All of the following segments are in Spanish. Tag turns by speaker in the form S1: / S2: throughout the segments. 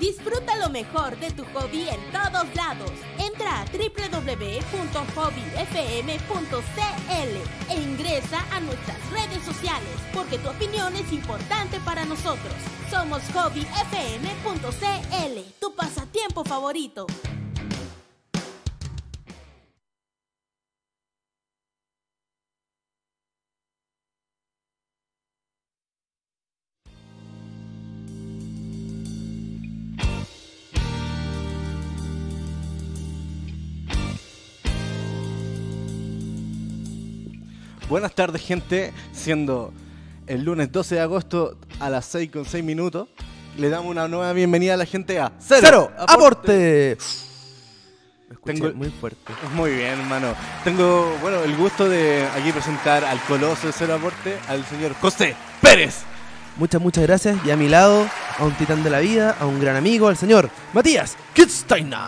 S1: Disfruta lo mejor de tu hobby en todos lados. Entra a www.hobbyfm.cl e ingresa a nuestras redes sociales porque tu opinión es importante para nosotros. Somos hobbyfm.cl, tu pasatiempo favorito.
S2: Buenas tardes, gente. Siendo el lunes 12 de agosto a las 6 con 6 minutos, le damos una nueva bienvenida a la gente a Cero,
S3: ¡Cero! ¡Aporte! Lo escuché
S2: Tengo-
S3: muy fuerte.
S2: Muy bien, hermano. Tengo, bueno, el gusto de aquí presentar al coloso de Cero Aporte, al señor José Pérez.
S3: Muchas, muchas gracias. Y a mi lado, a un titán de la vida, a un gran amigo, al señor Matías Kitzsteiner.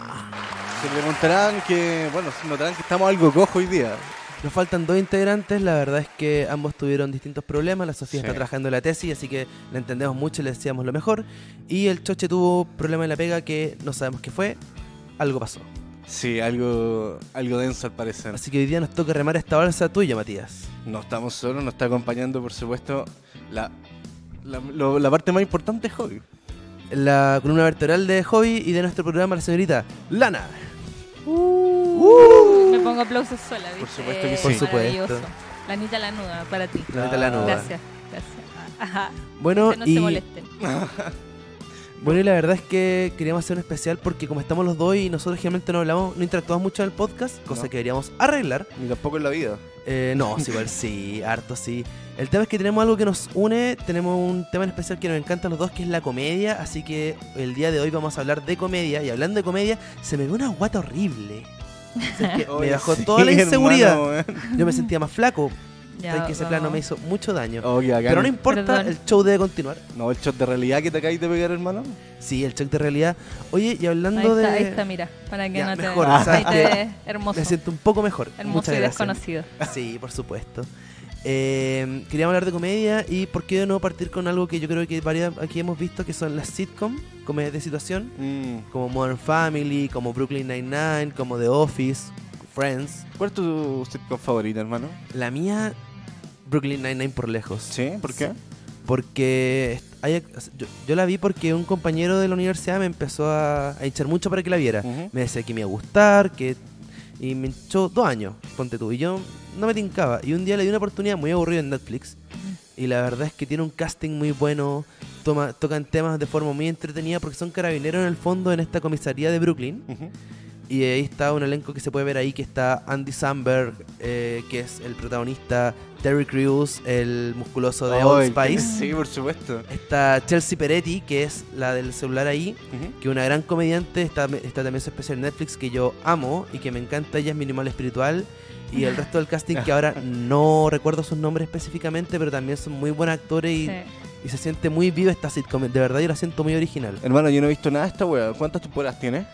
S2: Se preguntarán que, bueno, se notarán que estamos algo cojo hoy día.
S3: Nos faltan dos integrantes. La verdad es que ambos tuvieron distintos problemas. La Sofía
S2: Sí.
S3: está trabajando la tesis, así que la entendemos mucho y le deseamos lo mejor. Y el Choche tuvo problema en la pega que no sabemos qué fue. Algo pasó.
S2: Sí, algo, algo denso al parecer.
S3: Así que hoy día nos toca remar esta balsa tuya, Matías.
S2: No estamos solos, nos está acompañando, por supuesto, la, la, lo- la parte más importante es hobby.
S3: La columna vertebral de Hobby y de nuestro programa, la señorita Lana.
S4: Uh.
S3: Uh.
S4: Me pongo aplausos sola, ¿viste?
S2: Por supuesto que
S4: Eh,
S2: sí. Por
S3: supuesto.
S4: maravilloso. Lanita la nuda, para ti.
S3: La neta, la nuda.
S4: Gracias, gracias. Ah, Ajá.
S3: Bueno,
S4: que no
S3: y,
S4: se molesten.
S3: bueno, y la verdad es que queríamos hacer un especial porque como estamos los dos y nosotros generalmente no hablamos, no interactuamos mucho en el podcast, cosa
S2: No.
S3: que deberíamos arreglar.
S2: Ni tampoco en la vida.
S3: Eh, no, sí, igual sí, harto sí. El tema es que tenemos algo que nos une, tenemos un tema en especial que nos encanta a los dos, que es la comedia, así que el día de hoy vamos a hablar de comedia y hablando de comedia, se me ve una guata horrible. O sea, es que me
S2: Oye,
S3: bajó
S2: sí,
S3: toda la
S2: hermano,
S3: inseguridad.
S2: weón.
S3: Yo me sentía más flaco,
S4: Ya,
S3: sabes que ese
S4: vamos.
S3: plano me hizo mucho daño.
S2: Oh, qué bacán.
S3: Pero no importa,
S4: Perdón.
S3: el show debe continuar.
S2: No, el shot de realidad que te acabáis de pegar, hermano.
S3: Sí, el check de realidad. Oye, y hablando
S4: Ahí está,
S3: de...
S4: ahí está, mira, para que
S3: Ya,
S4: no te
S3: mejor,
S4: ahí
S3: ¿sabes
S4: te
S3: qué?
S4: ves hermoso.
S3: Me siento un poco mejor.
S4: hermoso
S3: Muchas
S4: y
S3: gracias.
S4: desconocido.
S3: Sí, por supuesto. Eh, queríamos hablar de comedia y por qué no partir con algo que yo creo que varias aquí hemos visto que son las sitcom, comedias de situación,
S2: Mm.
S3: como Modern Family, como Brooklyn Nine-Nine, como The Office, Friends.
S2: ¿Cuál es tu sitcom favorita, hermano?
S3: La mía, Brooklyn Nine-Nine por lejos.
S2: ¿Sí? ¿Por qué?
S3: Porque hay- yo, yo la vi porque un compañero de la universidad me empezó a, a hinchar mucho para que la viera.
S2: Ujú.
S3: Me decía que me iba a gustar, que... Y me hinchó dos años, ponte tú. Y yo no me tincaba. Y un día le di una oportunidad muy aburrida en Netflix. Y la verdad es que tiene un casting muy bueno. Toma, tocan temas de forma muy entretenida porque son carabineros en el fondo en esta comisaría de Brooklyn.
S2: Ujú.
S3: Y ahí está un elenco que se puede ver ahí, que está Andy Samberg, eh, que es el protagonista, Terry Crews, el musculoso de Old
S2: Ay,
S3: Spice.
S2: Sí, por supuesto.
S3: Está Chelsea Peretti, que es la del celular ahí,
S2: Ujú.
S3: que es una gran comediante, está, está también su especial en Netflix que yo amo y que me encanta, ella es mi animal espiritual. Y el resto del casting, que ahora no recuerdo sus nombres específicamente, pero también son muy buenos actores y,
S4: Sí.
S3: y se siente muy viva esta sitcom. De verdad, yo la siento muy original.
S2: Hermano, yo no he visto nada de esta weá. ¿Cuántas temporadas tiene?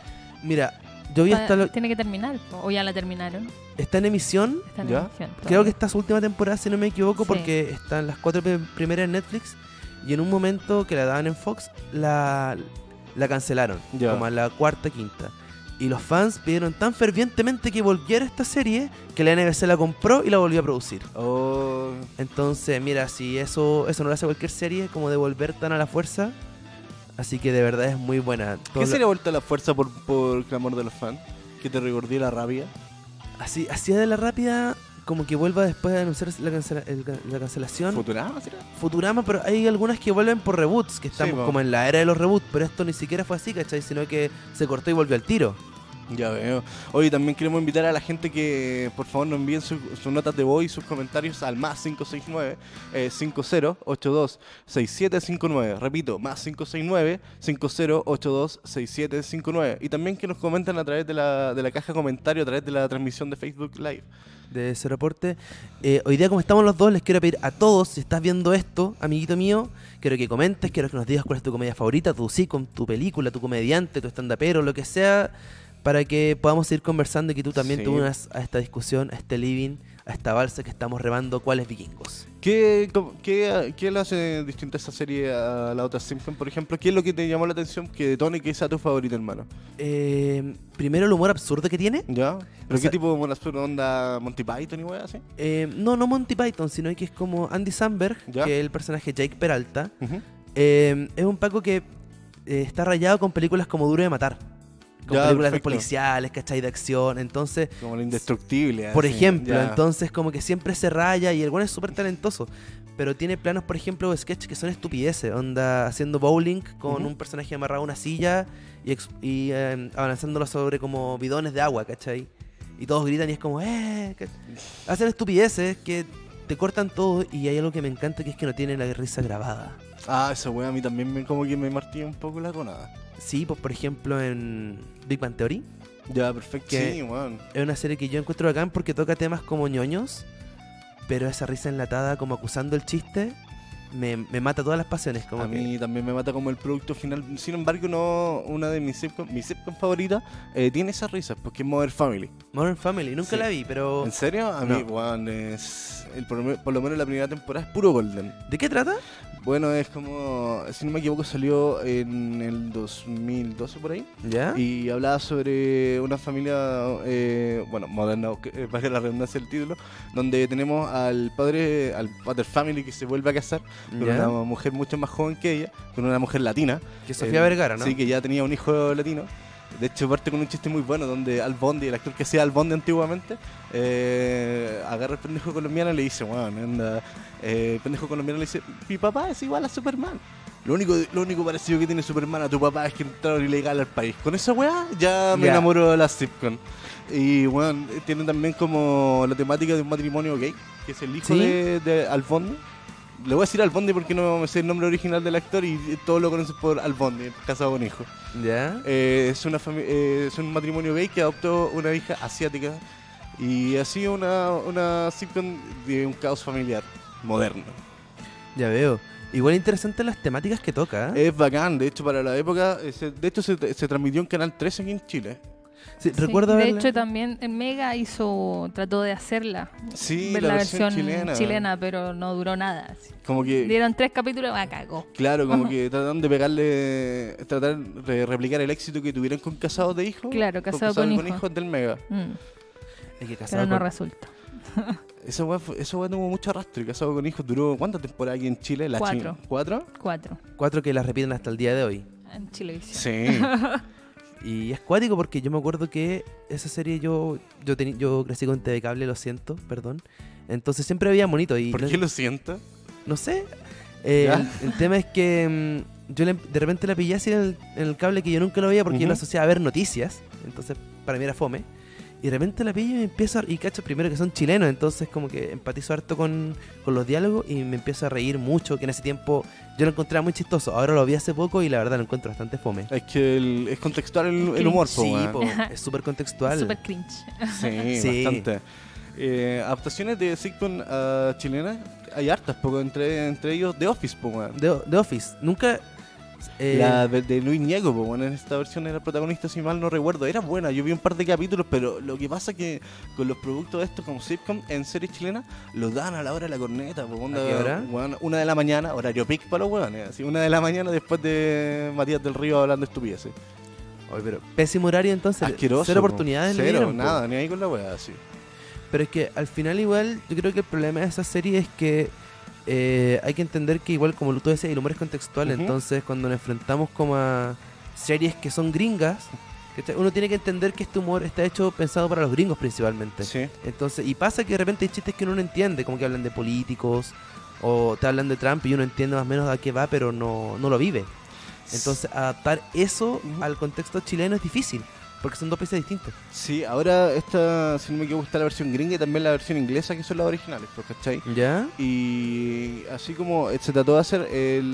S3: Mira, yo vi hasta...
S4: Ah,
S3: lo-
S4: Tiene que terminar, po, o ya la terminaron.
S3: está en emisión,
S4: Está en
S2: ¿Ya?
S4: emisión
S3: creo que
S4: todavía.
S3: esta es su última temporada, si no me equivoco,
S4: Sí.
S3: porque están las cuatro pri- primeras en Netflix y en un momento que la daban en Fox, la, la cancelaron,
S2: Ya.
S3: como a la cuarta, quinta. Y los fans pidieron tan fervientemente que volviera esta serie que la NBC la compró y la volvió a producir.
S2: Oh,
S3: Entonces, mira, si eso, eso no lo hace cualquier serie, como devolver tan a la fuerza. Así que de verdad es muy buena. Todo
S2: ¿Qué
S3: lo-
S2: sería vuelta a la fuerza por, por clamor de los fans? ¿Que te regordí la rabia?
S3: Así, así de la rápida, como que vuelva después de anunciar la, cancela- el ca- la cancelación.
S2: ¿Futurama será?
S3: Futurama, pero hay algunas que vuelven por reboots, que estamos
S2: po.
S3: como en la era de los reboots, pero esto ni siquiera fue así, ¿cachai? Sino que se cortó y volvió al tiro.
S2: Ya veo. Oye, también queremos invitar a la gente que por favor nos envíen su- sus notas de voz y sus comentarios al más 569 eh, 5082 6759. Repito, más 569 5082 6759. Y también que nos comenten a través de la, de la caja de comentarios, a través de la transmisión de Facebook Live.
S3: De Cero Aporte. Eh, hoy día, como estamos los dos, les quiero pedir a todos, si estás viendo esto, amiguito mío, quiero que comentes, quiero que nos digas cuál es tu comedia favorita, tu sitcom, tu película, tu comediante, tu stand-upero, lo que sea. para que podamos ir conversando y que tú también
S2: Sí.
S3: te unas a esta discusión, a este living, a esta balsa que estamos remando, ¿cuáles vikingos?
S2: ¿Qué, com- qué, qué le hace distinta esta serie a la otra Simpson, por ejemplo? ¿Qué es lo que te llamó la atención que detone que sea tu favorita, hermano?
S3: Eh, primero el humor absurdo que tiene.
S2: ¿Ya?
S3: O
S2: ¿Pero qué
S3: sea-
S2: tipo de humor absurdo? ¿Onda Monty Python y weá así?
S3: Eh, no, no Monty Python, sino que es como Andy Samberg,
S2: Ya.
S3: que es el personaje Jake Peralta.
S2: Ujú.
S3: Eh, es un Paco que eh, está rayado con películas como Duro de Matar. Con
S2: Ya,
S3: películas de
S2: perfecto.
S3: policiales, ¿cachai? De acción. Entonces,
S2: Como lo indestructible.
S3: por
S2: así,
S3: ejemplo,
S2: ya.
S3: entonces como que siempre se raya y el bueno es súper talentoso. Pero tiene planos, por ejemplo, de sketch que son estupideces. Onda haciendo bowling con
S2: Ujú.
S3: un personaje amarrado a una silla y, ex- y eh, avanzándolo sobre como bidones de agua, ¿cachai? Y todos gritan y es como, ¡eh! que- Hacen estupideces que te cortan todo y hay algo que me encanta que es que no tiene la risa grabada.
S2: Ah, esa weá a mí también me, como que me martilla un poco la conada.
S3: Sí, pues por ejemplo en Big Bang Theory.
S2: Ya, perfecto.
S3: Que-
S2: Sí, weón.
S3: Es una serie que yo encuentro bacán porque toca temas como ñoños, pero esa risa enlatada como acusando el chiste me, me mata todas las pasiones. Como
S2: A
S3: que-
S2: mí también me mata como el producto final. Sin embargo, no una de mis sitcoms mis sitcom favoritas eh, tiene esas risas, porque es Modern Family.
S3: Modern Family, nunca
S2: Sí.
S3: la vi, pero
S2: ¿En serio? A mí,
S3: No.
S2: weón, es. el por, por lo menos la primera temporada es puro Golden.
S3: ¿de qué trata?
S2: Bueno, es como. Si no me equivoco, salió en el 2012 por ahí.
S3: ¿Ya?
S2: Y hablaba sobre una familia, eh, bueno, moderna, o que- eh, valga la redundancia del título, donde tenemos al padre, al pater family que se vuelve a casar con una
S3: ¿Ya?
S2: mujer mucho más joven que ella, con una mujer latina.
S3: Que Sofía
S2: eh,
S3: Vergara, ¿no?
S2: Sí, que ya tenía un hijo latino. De hecho, parte con un chiste muy bueno donde Al Bondi, el actor que hacía Al Bondi antiguamente, eh, agarra al pendejo colombiano y le dice, bueno, anda, eh, el pendejo colombiano le dice, mi papá es igual a Superman. Lo único, lo único parecido que tiene Superman a tu papá es que entraron ilegal al país. Con esa weá ya me
S3: Ya.
S2: enamoro de la sitcom. Y bueno, tiene también como la temática de un matrimonio gay, que es el hijo
S3: ¿Sí?
S2: de, de Al Bondi. Le voy a decir Al Bondi porque no me sé el nombre original del actor y todos lo conocen por Al Bondi, casado con hijo.
S3: ¿Ya?
S2: Eh, es, una fami- eh, es un matrimonio gay que adoptó una hija asiática y ha sido una, una sitcom de un caos familiar moderno.
S3: Ya veo. Igual interesante las temáticas que toca. ¿eh?
S2: Es bacán, de hecho, para la época, eh, se- de hecho se, se transmitió en Canal 13 aquí en Chile.
S3: Sí,
S4: Sí,
S3: recuerdo
S4: de
S3: haberla-
S4: hecho, también eh, Mega hizo, trató de hacerla.
S2: Sí,
S4: ver
S2: la, versión, chilena.
S4: pero no duró nada. así.
S2: Como que,
S4: Dieron tres capítulos, ah, cagó.
S2: claro, como que tratan de pegarle, tratar de replicar el éxito que tuvieron con Casados de Hijos.
S4: Claro, Casado con Hijo.
S2: Hijos del Mega.
S4: Mm,
S3: Es que
S4: pero
S3: casado
S4: no
S3: con-
S4: resulta.
S2: Esa weá fue- esa weá tuvo mucho arrastre. Casado con Hijos duró, ¿cuántas temporadas aquí en Chile? La
S4: Cuatro.
S2: chi- ¿Cuatro?
S4: Cuatro.
S3: cuatro que las repiten hasta el día de hoy.
S4: En Chilevisión.
S2: Sí.
S3: Y es cuático porque yo me acuerdo que esa serie yo yo, teni- yo crecí con TV Cable, lo siento, perdón. Entonces siempre había monito y
S2: ¿Por
S3: no,
S2: qué lo siento?
S3: no sé. Eh,
S2: ¿Ya?
S3: el, el tema es que mm, yo le- de repente la pillé así en el, en el cable que yo nunca lo veía porque yo
S2: Ujú.
S3: lo asociaba a ver noticias. Entonces para mí era fome. Y de repente la pillo y me empiezo a, y cacho primero que son chilenos, entonces como que empatizo harto con, con los diálogos y me empiezo a reír mucho, que en ese tiempo yo lo encontraba muy chistoso. Ahora lo vi hace poco y la verdad lo encuentro bastante fome.
S2: Es que el- es contextual el, el humor, po,
S3: Sí,
S2: weón.
S3: po, es súper contextual.
S4: Super cringe.
S2: Sí,
S3: Sí.
S2: bastante. Eh, adaptaciones de sitcom ah, chilenas hay hartas, poco entre, entre ellos The Office, po, weón.
S3: De, de Office. Nunca. eh,
S2: La de, de Luis Ñeco, po, weón, en esta versión era el protagonista, si mal no recuerdo. Era buena, yo vi un par de capítulos, pero lo que pasa que con los productos de estos como sitcom en series chilenas, los dan a la hora de la corneta, po, onda,
S3: qué hora?
S2: weón, una de la mañana, horario pic para los weones, así, una de la mañana después de Matías del Río hablando estupideces.
S3: Oye, pero pésimo horario entonces.
S2: Asqueroso.
S3: Cero
S2: po.
S3: oportunidades le
S2: Cero,
S3: dieron, po.
S2: nada, ni ahí con la weá, sí.
S3: Pero es que al final, igual, yo creo que el problema de esa serie es que eh, hay que entender que, igual, como tú decías, el humor es contextual.
S2: Ujú.
S3: Entonces, cuando nos enfrentamos como a series que son gringas, ¿cachai? uno tiene que entender que este humor está hecho pensado para los gringos principalmente.
S2: Sí.
S3: Entonces, y pasa que de repente hay chistes que uno no entiende, como que hablan de políticos o te hablan de Trump y uno entiende más o menos a qué va, pero no, no lo vive. Entonces, adaptar eso
S2: Ujú.
S3: al contexto chileno es difícil, porque son dos países distintos.
S2: Sí, ahora esta, si no me equivoco, está la versión gringa y también la versión inglesa, que son las originales, pues, ¿cachai?
S3: ¿Ya?
S2: Y así como se trató de hacer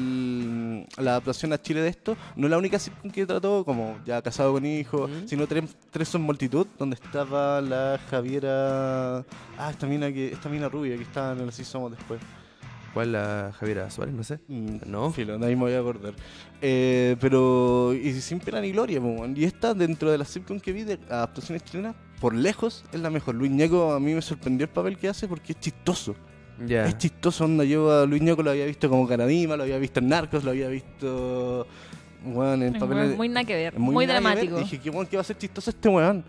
S2: el- la adaptación a Chile de esto, no es la única sitcom que trató, como ya casado con hijo,
S3: Mm.
S2: sino tres, tres son multitud, donde estaba la Javiera. Ah, esta mina, que, esta mina rubia que estaba en el Así Somos después.
S3: ¿Cuál la Javiera Suárez? No sé.
S2: Mm,
S3: No.
S2: Filo, de ahí me voy a acordar. Eh, pero, y sin pena ni gloria, po, weón. y esta dentro de las sitcom que vi de adaptaciones chilenas, por lejos es la mejor. Luis Ñeco a mí me sorprendió el papel que hace porque es chistoso.
S3: Ya.
S2: Es chistoso, onda. Yo a Luis Ñeco lo había visto como Canadima, lo había visto en Narcos, lo había visto. weón, en papeles.
S4: Muy nada que ver,
S2: Es
S4: muy,
S2: nada que ver.
S4: dramático.
S2: Dije, ¿qué, weón, ¿qué va a ser chistoso este weón?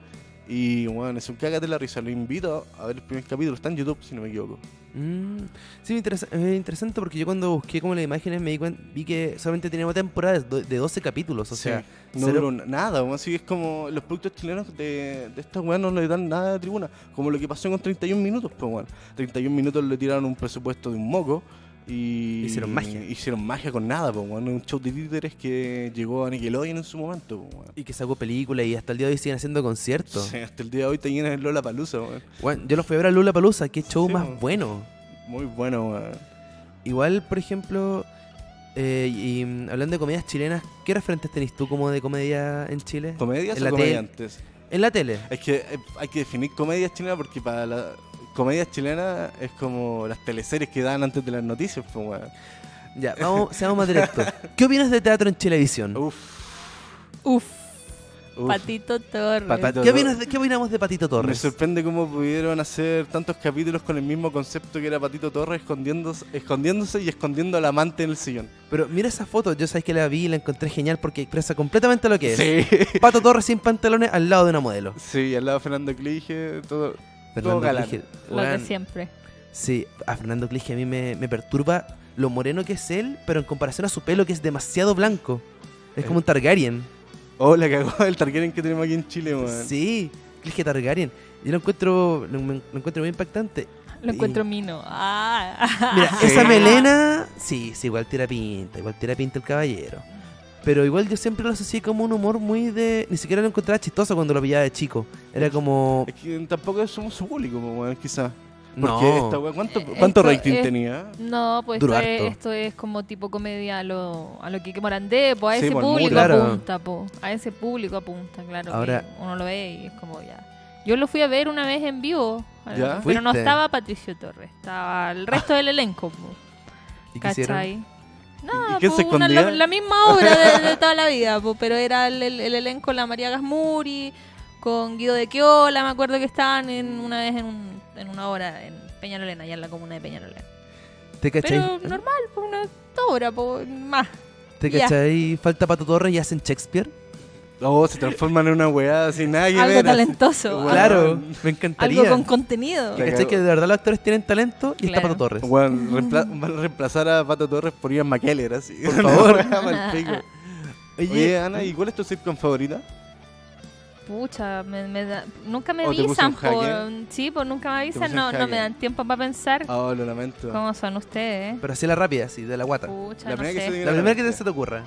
S2: Y bueno, es un cagate la risa. Lo invito a ver el primer capítulo. Está en YouTube, si no me equivoco.
S3: Mm, sí, me interesa- es interesante porque yo cuando busqué como las imágenes me di cuen- vi que solamente tenía una temporada de do- de 12 capítulos, o
S2: Sí,
S3: sea,
S2: no
S3: cero-
S2: duró na- nada. weón. Así que es como los productos chilenos de, de esta weá no le dan nada de tribuna. Como lo que pasó con 31 minutos, pues weón. 31 minutos le tiraron un presupuesto de un moco. Y
S3: Hicieron magia.
S2: Hicieron magia con nada, pues weón. Un show de títeres que llegó a Nickelodeon en su momento, pues weón.
S3: y que sacó películas y hasta el día de hoy siguen haciendo conciertos.
S2: Sí, hasta el día de hoy te llenas el Lola Palusa, weón.
S3: Bueno, yo los fui a ver a Lula Palusa, qué show
S2: Sí,
S3: más
S2: po.
S3: bueno.
S2: Muy bueno, weón.
S3: Igual, por ejemplo, eh, y, mm, hablando de comedias chilenas, ¿qué referentes tenés tú como de comedia en Chile?
S2: ¿Comedias
S3: En
S2: o
S3: la tele.
S2: comediantes?
S3: En la tele.
S2: Es que eh, hay que definir comedias chilenas porque para la comedias chilenas es como las teleseries que dan antes de las noticias, pues weón.
S3: Ya, vamos, seamos más directos. ¿Qué opinas de teatro en Chilevisión?
S2: Uf,
S4: Uf,
S2: uf.
S4: Patito Torres.
S3: Pa- pa-
S2: Patito
S3: ¿qué,
S2: Tor-
S3: opinas de- qué opinamos de Patito
S2: Me
S3: Torres?
S2: sorprende cómo pudieron hacer tantos capítulos con el mismo concepto que era Patito Torres escondiéndose, escondiéndose y escondiendo al amante en el sillón.
S3: Pero mira esa foto, yo sabes que la vi y la encontré genial porque expresa completamente lo que es.
S2: Sí,
S3: Pato Torres sin pantalones al lado de una modelo.
S2: sí, y al lado de Fernando Clige, todo.
S3: Fernando
S2: galán.
S3: Clige,
S4: Lo
S3: weón,
S4: de siempre.
S3: sí, a Fernando Clige a mí me, me perturba lo moreno que es él, pero en comparación a su pelo que es demasiado blanco. Es
S2: Eh.
S3: como un Targaryen.
S2: Oh, la cagó el Targaryen que tenemos aquí en Chile, weón.
S3: Sí, Clige Targaryen. Yo lo encuentro, lo, me- lo encuentro muy impactante.
S4: Lo
S3: Y-
S4: encuentro mino. Ah.
S3: Mira,
S2: Sí.
S3: esa melena, sí, sí, igual tira pinta, igual tira pinta el caballero. Pero igual yo siempre lo asocié como un humor muy de... Ni siquiera lo encontraba chistoso cuando lo pillaba de chico. Era como...
S2: Es que tampoco somos su público, pues, weón, quizás. Porque
S3: No,
S2: esta weá, ¿cuánto,
S4: Eh,
S2: cuánto
S4: esto
S2: rating
S4: es-
S2: tenía?
S4: No, pues
S3: Duró
S4: esto es,
S3: harto.
S4: esto es como tipo comedia a lo, a lo que Morandé, pues a
S2: Sí,
S4: ese
S2: pues, muy
S4: público
S3: claro.
S4: apunta, po, a ese público apunta, claro. que
S3: Ahora-
S4: uno lo ve y es como ya. Yo lo fui a ver una vez en vivo,
S2: ¿Ya?
S4: pero no
S3: ¿Fuiste?
S4: estaba Patricio Torres, estaba el resto del elenco, po,
S3: ¿y qué hicieron?
S4: ¿cachai? No,
S2: ¿Y quién
S4: po,
S2: se
S4: una-
S2: escondía?
S4: la, la misma obra de, de toda la vida, po, pero era el, el- el elenco la María Gasmuri, con Guido de Quiola, me acuerdo que estaban en, una vez en, un- en una obra en Peñalolena, allá en la comuna de Peñalolena.
S3: ¿Te cachai?
S4: Pero normal, por una obra, por más.
S3: ¿Te
S4: ya.
S3: cachai? Falta Pato Torres y hacen Shakespeare.
S2: Oh, se transforman en una weá sin nada que
S4: Algo
S2: ver.
S4: talentoso.
S2: Weón.
S4: algo-
S3: Claro, me encantaría.
S4: Ah. Algo con contenido.
S3: ¿Te cachai que de verdad los actores tienen talento y está
S4: Claro.
S3: Pato Torres?
S2: Weón, reempla- van a reemplazar a Pato Torres por Ian McKellar, así. Por
S3: favor.
S2: Oye, Ana, ¿y cuál es tu sitcom favorita?
S4: Pucha, me, me da- nunca me
S2: ¿O te puso
S4: avisan.
S2: un hacker?
S4: Por, sí, pues nunca me
S2: puso
S4: avisan.
S2: un
S4: No, no me
S2: hacker?
S4: dan tiempo para pensar
S2: Oh, lo lamento.
S4: cómo son ustedes. eh.
S3: Pero así la rápida, así de la guata.
S4: Pucha,
S2: La
S4: no
S2: primera que se
S4: sé.
S2: viene
S3: La
S2: a
S3: primera que
S2: mente.
S3: se te ocurra.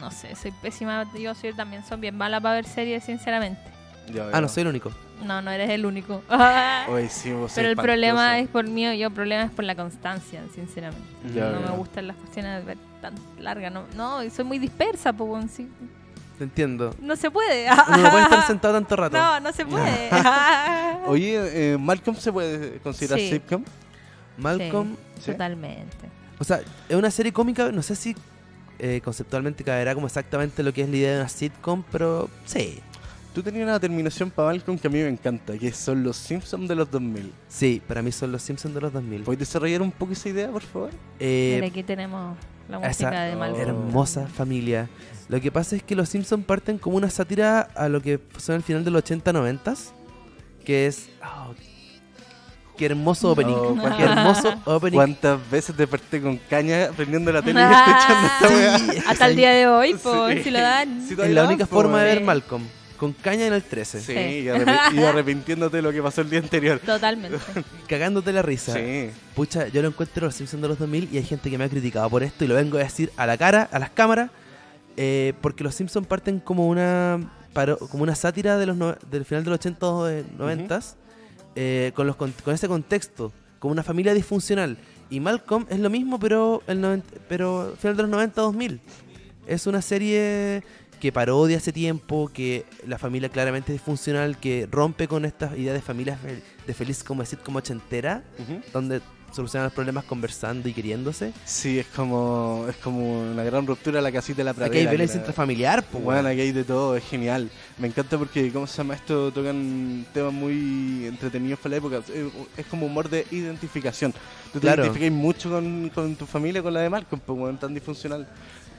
S4: No sé, soy pésima. Yo soy, también soy bien mala para ver series, sinceramente.
S2: Ya veo.
S3: Ah, no soy el único.
S4: No, no eres el único.
S2: Oye, sí, vos sois
S4: Pero el problema
S2: espantoso.
S4: es por mí, yo el problema es por la constancia, sinceramente.
S2: Ya
S4: no me
S2: veo.
S4: gustan las cuestiones de ver tan largas. No, no, y soy muy dispersa, po, weón, sí.
S3: Te entiendo.
S4: No se puede.
S3: Uno no puede estar sentado tanto rato.
S4: No, no se puede.
S2: Oye, eh, ¿Malcolm se puede considerar
S4: Sí.
S2: sitcom?
S3: Malcolm,
S2: Sí.
S4: Totalmente.
S3: o sea, es una serie cómica, no sé si eh, conceptualmente caerá como exactamente lo que es la idea de una sitcom, pero sí.
S2: Tú tenías una terminación para Malcolm que a mí me encanta, que son los Simpsons de los 2000.
S3: Sí, para mí son los Simpsons de los 2000.
S2: ¿Puedes desarrollar un poco esa idea, por favor?
S3: Eh,
S4: Mira, aquí tenemos la
S3: esa-
S4: música de
S2: oh,
S4: Malcolm.
S3: hermosa familia. Lo que pasa es que los Simpsons parten como una sátira a lo que son el final de los 80-90s, que es... oh, ¡Qué hermoso opening!
S2: Oh,
S4: Ah.
S3: ¡Qué hermoso opening!
S2: ¿Cuántas veces desperté con caña prendiendo la tele y escuchando
S4: Ah,
S2: esta weá?
S4: sí, Hasta el día de hoy, po,
S2: Sí.
S4: si lo dan.
S2: Sí,
S3: Es
S2: todavía
S3: la
S2: van,
S3: única
S2: po,
S3: forma de
S2: weón.
S3: ver Malcolm, con caña en el 13,
S2: Sí,
S4: Sí.
S2: y, arrepi- y arrepintiéndote de lo que pasó el día anterior.
S4: Totalmente.
S3: cagándote la risa.
S2: Sí.
S3: Pucha, yo lo encuentro los Simpsons de los 2000 y hay gente que me ha criticado por esto y lo vengo a decir a la cara, a las cámaras, eh, porque los Simpsons parten como una paro- como una sátira de los no- del final de los 80 o de 90s eh, con, los con, con ese contexto, como una familia disfuncional. Y Malcolm es lo mismo, pero el 90 pero final de los 90 2000. Es una serie que parodia ese tiempo, que la familia claramente es disfuncional, que rompe con estas ideas de familias fel- de feliz como decir como ochentera
S2: Ujú.
S3: donde solucionan los problemas conversando y queriéndose.
S2: Sí, es como, es como una gran ruptura la casita de la pradera.
S3: Aquí hay violencia
S2: que la-
S3: intrafamiliar, pues,
S2: Bueno, aquí hay de todo, es genial. Me encanta porque, ¿cómo se llama esto? Tocan temas muy entretenidos para la época. Eh, Es como humor de identificación. Tú te
S3: Claro.
S2: identificas mucho con, con tu familia, con la de Malcolm, pues, weón, tan disfuncional.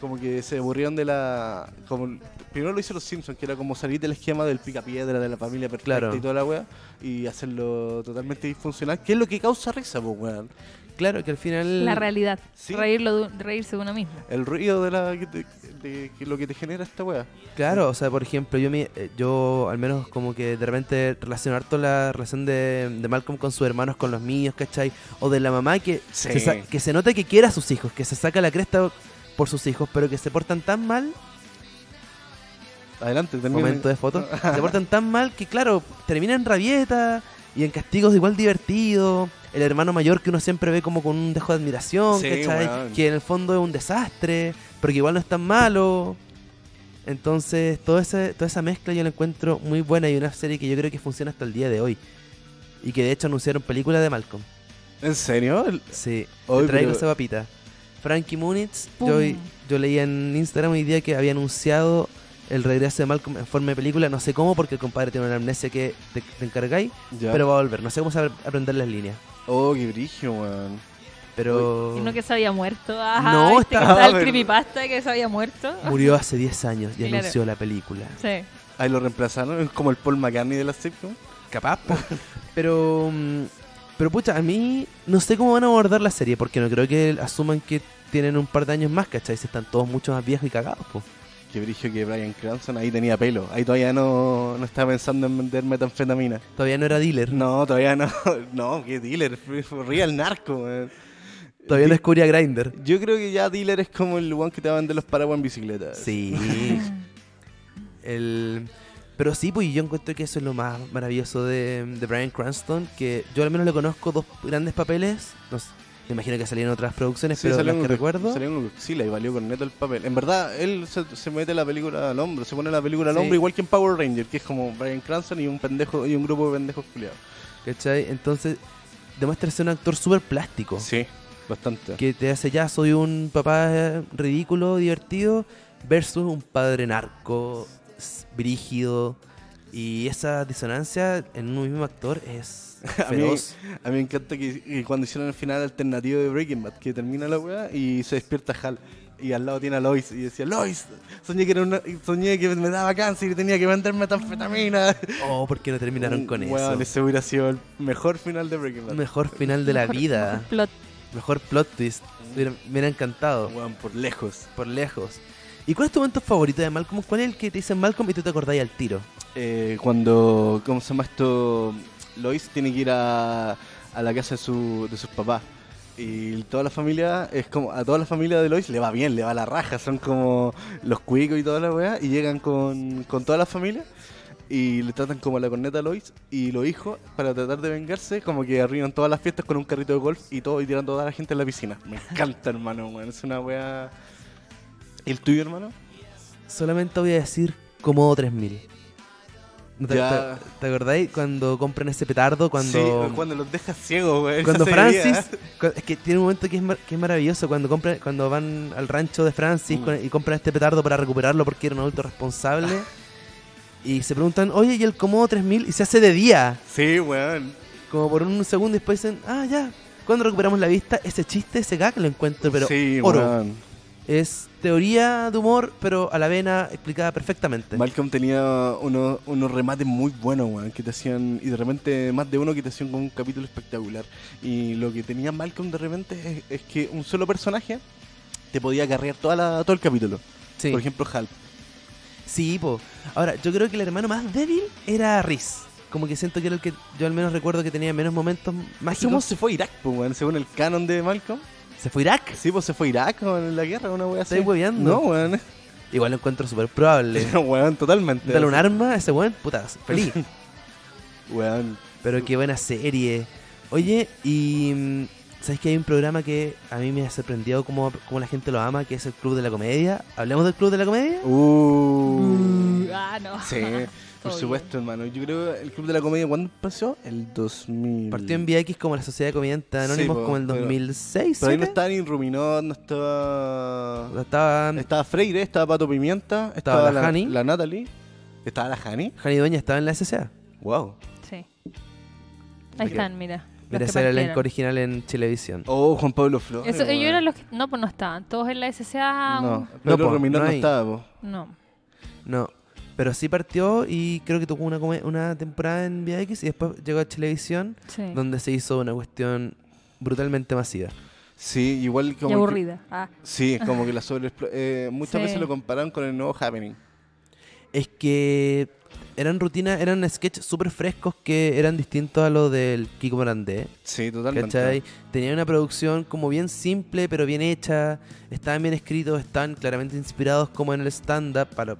S2: Como que se aburrieron de la. Como, primero lo hizo los Simpsons, que era como salir del esquema del picapiedra, de la familia perfecta
S3: Claro.
S2: y toda la wea, y hacerlo totalmente disfuncional, que es lo que causa risa, pues, weón.
S3: Claro, que al final...
S4: La realidad.
S2: Sí.
S4: Reírlo de- reírse de uno mismo.
S2: El ruido de, la, de, de- que lo que te genera esta wea.
S3: Claro, o sea, por ejemplo, yo me, eh, yo al menos como que de repente relacionar toda la relación de, de Malcolm con sus hermanos, con los míos, ¿cachai? O de la mamá que,
S2: Sí.
S3: se, sa- que se nota que quiere a sus hijos, que se saca la cresta por sus hijos, pero que se portan tan mal,
S2: Adelante, termina.
S3: momento de fotos, se portan tan mal que claro, terminan en rabietas y en castigos igual divertidos. El hermano mayor que uno siempre ve como con un dejo de admiración,
S2: Sí,
S3: ¿cachai?
S2: weón.
S3: Que en el fondo es un desastre, pero que igual no es tan malo. Entonces, todo ese, toda esa mezcla yo la encuentro muy buena y una serie que yo creo que funciona hasta el día de hoy. Y que de hecho anunciaron película de Malcolm.
S2: ¿En serio? El-
S3: Sí,
S2: Oy,
S3: te traigo
S2: pero-
S3: esa papita. Frankie Muniz,
S4: Pum.
S3: yo, yo leía en Instagram hoy día que había anunciado el regreso de Malcolm en forma de película, no sé cómo, porque el compadre tiene una amnesia que te, te encargáis,
S2: Ya.
S3: pero va a volver. No sé cómo saber aprender las líneas.
S2: Oh, qué brigio, weón.
S3: Pero
S4: Uno que se había muerto. Ajá,
S3: No,
S4: ¿viste que
S3: estaba-
S4: estaba el
S2: pero-
S4: creepypasta que se había muerto.
S3: murió hace 10 años y
S4: Claro.
S3: anunció la película.
S4: Sí.
S2: Ahí lo reemplazaron, es como el Paul McCartney de la sitcom.
S3: Capaz, po. pero. mm, Pero pucha, a mí no sé cómo van a abordar la serie, porque no creo que asuman que tienen un par de años más, ¿cachai? Si están todos mucho más viejos y cagados, po.
S2: Qué brigio que Brian Cranston ahí tenía pelo. Ahí todavía no, no estaba pensando en vender metanfetamina.
S3: Todavía no era dealer,
S2: No, todavía no. No, qué dealer. Real narco, weón.
S3: todavía no descubría Grinder.
S2: Yo creo que ya dealer es como el one que te va a vender los paraguas en bicicleta.
S3: Sí. El... Pero sí, pues yo encuentro que eso es lo más maravilloso de, de Brian Cranston, que yo al menos le conozco dos grandes papeles. No sé, me imagino que salieron otras producciones,
S2: Sí,
S3: pero
S2: salió
S3: las
S2: en
S3: que
S2: un-
S3: recuerdo.
S2: Salió en un Godzilla y valió con neto el papel. En verdad, él se, se mete la película al hombro, se pone la película al
S3: Sí.
S2: hombro, igual que en Power Ranger, que es como Brian Cranston y un pendejo y un grupo de pendejos culiados.
S3: ¿Cachai? Entonces, demuestra ser un actor súper plástico.
S2: Sí, bastante.
S3: Que te hace ya, soy un papá eh, ridículo, divertido, versus un padre narco, s- brígido. Y esa disonancia en un mismo actor es
S2: A mí,
S3: feroz.
S2: a mí me encanta que, que cuando hicieron el final alternativo de Breaking Bad, que termina la weá y se despierta Hal. Y al lado tiene a Lois. Y decía, Lois, soñé que, era una- soñé que me daba cáncer y tenía que vender metanfetamina.
S3: Oh, ¿por qué no terminaron con
S2: Weón,
S3: eso?
S2: ese hubiera sido el mejor final de Breaking Bad.
S3: Mejor final de la
S4: Mejor-
S3: vida.
S4: mejor plot.
S3: Mejor plot twist. Hubiera- Me hubiera encantado.
S2: Weón, por lejos.
S3: Por lejos. ¿Y cuál es tu momento favorito de Malcolm? ¿Cuál es el que te dicen Malcolm y tú te acordáis al tiro?
S2: Eh, cuando, ¿cómo se llama esto? Lois tiene que ir a, a la casa de, su, de sus papás. Y toda la familia, es como, a toda la familia de Lois le va bien, le va la raja, son como los cuicos y toda la weá, y llegan con, con toda la familia y le tratan como la corneta a Lois y los hijos, para tratar de vengarse, como que arruinan todas las fiestas con un carrito de golf y todo, y tiran toda la gente en la piscina. Me encanta, hermano, weón, es una weá. ¿El tuyo, hermano?
S3: Solamente voy a decir Comodo 3000. ¿No ¿Te,
S2: Ya.
S3: te, te acordáis cuando compran ese petardo? Cuando,
S2: Sí, cuando los dejas ciegos, weón.
S3: cuando
S2: esa serie,
S3: Francis...
S2: ¿eh?
S3: cu- Es que tiene un momento que es, mar- que es maravilloso cuando compran, cuando van al rancho de Francis
S2: Mm.
S3: con- y compran este petardo para recuperarlo porque era un adulto responsable. y se preguntan, oye, ¿y el Comodo 3000? Y se hace de día.
S2: Sí, weón.
S3: como por un segundo y después dicen, ah, ya, cuando recuperamos la vista, ese chiste, ese gag lo encuentro, pero
S2: sí,
S3: oro.
S2: weón.
S3: Es teoría de humor, pero a la vena explicada perfectamente.
S2: Malcolm tenía unos, unos remates muy buenos, weón, que te hacían, y de repente más de uno que te hacían con un capítulo espectacular. Y lo que tenía Malcolm de repente es, es que un solo personaje te podía carrear toda la, todo el capítulo.
S3: sí,
S2: Por ejemplo, Hal.
S3: sí, po. Ahora, yo creo que el hermano más débil era Riz. Como que siento que era el que yo al menos recuerdo que tenía menos momentos
S2: ¿Cómo
S3: mágicos.
S2: Ah, se fue a Irak, po, weón? Según el canon de Malcolm.
S3: ¿Se fue a Irak?
S2: Sí, pues se fue a Irak weón, en la guerra, una weá así.
S3: ¿Estáis hueveando?
S2: No, weón.
S3: Igual lo encuentro súper probable.
S2: No, weón, totalmente.
S3: Dale un arma a ese weón, putas, feliz.
S2: Weón.
S3: Pero qué buena serie. Oye, y mm, sabes que hay un programa que a mí me ha sorprendido cómo, cómo la gente lo ama, que es el Club de la Comedia. ¿Hablamos del Club de la Comedia?
S2: Uh.
S4: Ah, no.
S2: Sí. Por
S4: Obvio.
S2: supuesto, hermano. Yo creo que el Club de la Comedia, ¿cuándo empezó? El 2000.
S3: Partió en VX como la Sociedad de Comediantes Anónimos
S2: po,
S3: como en el
S2: pero-
S3: 2006.
S2: Pero ahí no
S3: ¿siete?
S2: estaba ni Ruminón, no estaba...
S3: No estaba-
S2: Estaba Freire, estaba Pato Pimienta,
S3: Estaba
S2: estaba,
S3: la
S2: la,
S3: Hani.
S2: la Natalie, estaba la Hani.
S3: Jani Dueña estaba en la SCA. Wow.
S4: Sí.
S2: ¿De qué?
S4: Ahí están, mira. los
S3: Mira,
S4: que
S3: ese era el
S4: partieron.
S3: elenco original en Televisión.
S2: Oh, Juan Pablo Flores.
S4: Eso,
S2: weón.
S4: ellos eran los que. No, pues no estaban. Todos en la SCA.
S2: No,
S4: No.
S2: pero
S3: po,
S2: Ruminón
S3: no
S2: no,
S3: hay.
S2: estaba, po.
S4: no.
S3: No. Pero sí partió y creo que tuvo una, come- una temporada en VX y después llegó a Televisión
S4: Sí.
S3: donde se hizo una cuestión brutalmente masiva.
S2: Sí, igual
S4: Y
S2: como... que-
S4: aburrida. Ah,
S2: sí, como que la sobre... eh, muchas
S4: Sí.
S2: veces lo compararon con el nuevo Happening.
S3: Es que eran rutinas, eran sketches súper frescos que eran distintos a los del Kiko Morandé.
S2: Sí, totalmente.
S3: ¿Cachai? Tenía una producción como bien simple, pero bien hecha. Estaban bien escritos, estaban claramente inspirados como en el stand-up. Para...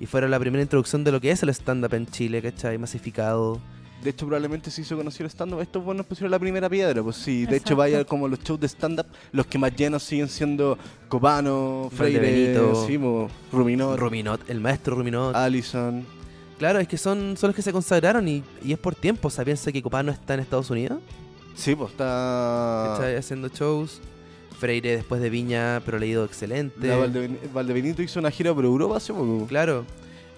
S3: Y fuera la primera introducción de lo que es el stand-up en Chile, ¿cachai? Masificado.
S2: De hecho, probablemente se hizo conocido el stand-up. Estos buenos pusieron la primera piedra, pues sí. De hecho,
S4: Exacto.
S2: vaya como los shows de stand-up, los que más llenos siguen siendo Copano, Freire,
S3: Valdebenito.
S2: sí, mo, Ruminó,
S3: Ruminot, el maestro Ruminot.
S2: Ah. Allison.
S3: Claro, es que son, son los que se consagraron y, y es por tiempo. O sea, piensa que Copano está en Estados Unidos,
S2: Sí, pues está...
S3: ¿cachai? Haciendo shows. Freire después de Viña, pero leído excelente.
S2: La Valdeven- Valdebenito hizo una gira por Europa hace poco.
S3: este Claro.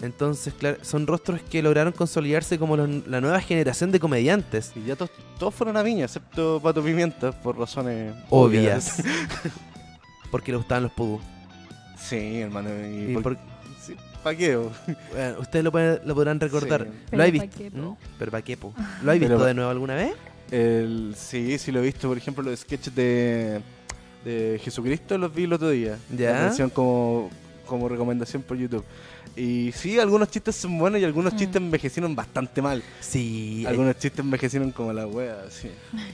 S3: Entonces, claro, son rostros que lograron consolidarse como los- la nueva generación de comediantes.
S2: Y ya todos, todos fueron a Viña, excepto Pato Pimienta, por razones
S3: obvias. porque le gustaban los pudú.
S2: Sí, hermano.
S3: Y
S2: ¿Y
S3: por-
S2: ¿Para qué? bo?
S3: bueno, ustedes lo, pueden- lo podrán recordar.
S2: Sí.
S3: ¿Lo
S4: Pero
S3: hay
S4: pa'
S3: visto?
S4: qué, po. Ah.
S3: ¿Mm? Pero pa' qué, po. ¿Lo has
S2: Pero
S3: visto
S2: pa-
S3: de nuevo alguna vez?
S2: El, sí, sí lo he visto, por ejemplo, los sketches de, de Jesucristo los vi el otro día.
S3: Ya.
S2: Los hicieron como, como recomendación por YouTube. Y sí, algunos chistes son buenos y algunos
S4: Mm.
S2: chistes envejecieron bastante mal.
S3: Sí.
S2: algunos chistes envejecieron como la wea, sí.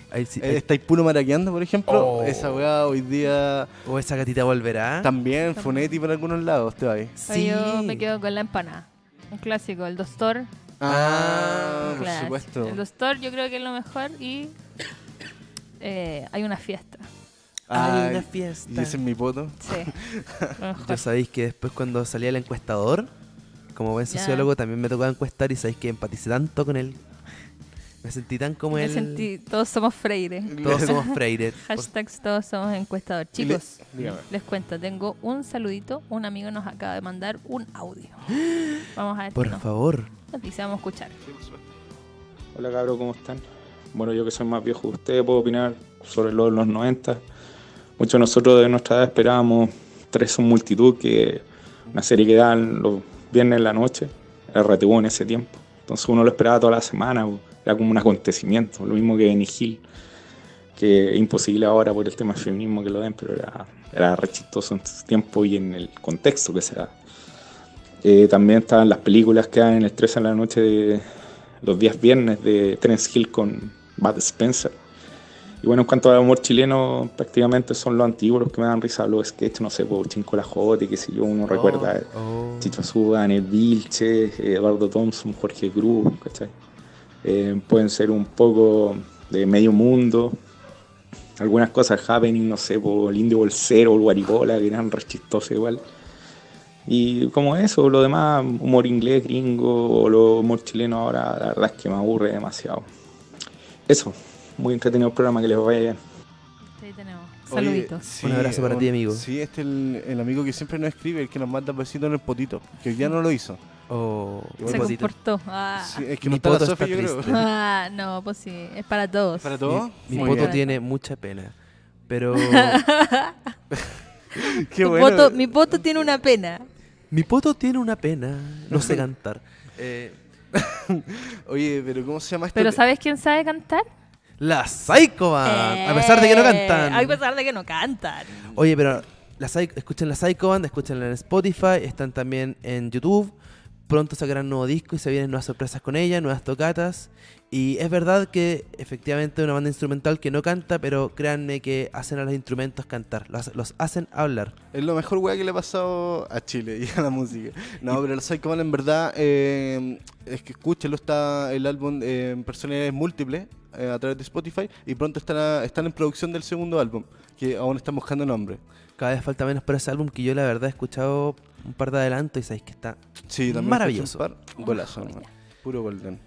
S3: hay- sí,
S2: Eh, Estáis puro maraqueando, por ejemplo.
S3: Oh. Ah,
S2: Esa wea hoy día
S3: hay- ¿O esa gatita volverá?
S2: también, Funetti por algunos lados, te va ahí.
S3: Sí.
S4: Yo me quedo con la empanada. Un clásico, el Dostor.
S2: Ah,
S3: Ah,
S2: por
S4: Clásico.
S2: supuesto.
S4: El Dostor yo creo que es lo mejor y eh, hay una fiesta.
S3: Hay
S2: Ay,
S3: una fiesta.
S2: Y ese es mi poto.
S4: Sí. lo mejor.
S3: Ya sabéis que después cuando salía el encuestador, como buen
S4: Ya.
S3: sociólogo, también me tocaba encuestar y sabéis que empaticé tanto con él. Me sentí tan como
S4: Me
S3: él.
S4: sentí, todos somos freire.
S3: Todos somos Freire. Por-
S4: Hashtags todos somos encuestador.
S2: Y le-
S4: Chicos,
S2: dígame.
S4: les cuento, tengo un saludito. Un amigo nos acaba de mandar un audio. Vamos a ver.
S3: Por
S4: qué nos
S3: favor.
S4: dice, vamos a escuchar.
S5: Hola cabros, ¿cómo están? Bueno, yo que soy más viejo que ustedes puedo opinar sobre lo de los 90. Muchos de nosotros de nuestra edad esperábamos Tres son multitud, que una serie que dan los viernes en la noche, era RTU en ese tiempo. Entonces uno lo esperaba toda la semana, po. era como un acontecimiento, lo mismo que Benny Hill, que es imposible ahora por el tema del feminismo que lo den, pero era, era re chistoso en su tiempo y en el contexto que se da. Eh, también estaban las películas que dan en el 3 en la noche de, los días viernes de Terence Hill con Bud Spencer. Y bueno, en cuanto al humor chileno, prácticamente son los antiguos los que me dan risa, los sketches, no sé, por Chinco la Jote, que si yo uno recuerda, eh,
S3: Oh, oh.
S5: Chicho Azúa, Anel Vilche, eh, Eduardo Thompson, Jorge Cruz, ¿cachai? Eh, pueden ser un poco de medio mundo, algunas cosas happening, no sé, por el indio bolsero, el guaribola, que eran re chistosos igual. Y como eso, lo demás, humor inglés, gringo, o lo humor chileno ahora, la verdad es que me aburre demasiado. Eso, muy entretenido el programa, que les vaya bien.
S4: Ahí tenemos.
S2: Oye,
S4: Saluditos.
S2: sí,
S3: Un abrazo para ti, amigo.
S2: Sí, este es el, el amigo que siempre nos escribe, el que nos manda besitos en el potito, que ya no lo hizo.
S3: Oh,
S2: Igual
S4: Se
S2: Potito.
S4: comportó. Ah.
S2: Sí, es que
S3: Mi
S2: no está la
S3: poto
S2: Sofi,
S3: está
S2: yo creo.
S3: triste.
S4: Ah, no, pues sí, es para todos.
S2: ¿Para
S3: mi,
S2: todos?
S3: mi
S4: Muy
S3: poto
S4: bien.
S3: tiene mucha pena. Pero.
S2: Qué
S4: Tu
S2: bueno.
S4: poto- mi voto tiene una pena.
S3: mi poto tiene una pena. No sé cantar. Eh,
S2: Oye, pero ¿cómo se llama este? esto?
S4: Pero ¿sabes quién sabe cantar?
S3: las Psycho Band, Ah, A pesar de que no cantan.
S4: Eh, A pesar de que no cantan.
S3: Oye, pero la Psy- escuchen la Psycho Band, escúchenla en Spotify, están también en YouTube. Pronto sacarán nuevo disco y se vienen nuevas sorpresas con ella, nuevas tocatas. Y es verdad que efectivamente es una banda instrumental que no canta, pero créanme que hacen a los instrumentos cantar, los, los hacen hablar.
S2: Es lo mejor weá que le ha pasado a Chile y a la música. No, pero el Psycho Man en verdad, eh, es que escúchenlo, está el álbum eh, en personalidades múltiples eh, a través de Spotify y pronto estará, están en producción del segundo álbum, que aún están buscando nombre.
S3: Cada vez falta menos para ese álbum que yo la verdad he escuchado un par de adelantos y sabéis que está
S2: Sí, también escuché un
S3: maravilloso.
S2: par. Golazo, hermano. Puro golden.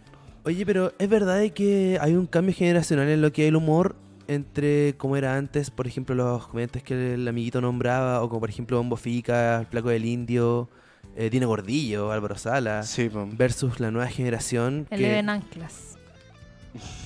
S3: Oye, pero ¿es verdad de que hay un cambio generacional en lo que hay el humor entre como era antes, por ejemplo, los comediantes que el amiguito nombraba, o como por ejemplo Bombo Fica, El Flaco del Indio, eh, Dino Gordillo, Álvaro Sala,
S2: Sí, po.
S3: versus la nueva generación
S4: El
S3: que...
S4: Even Anclas.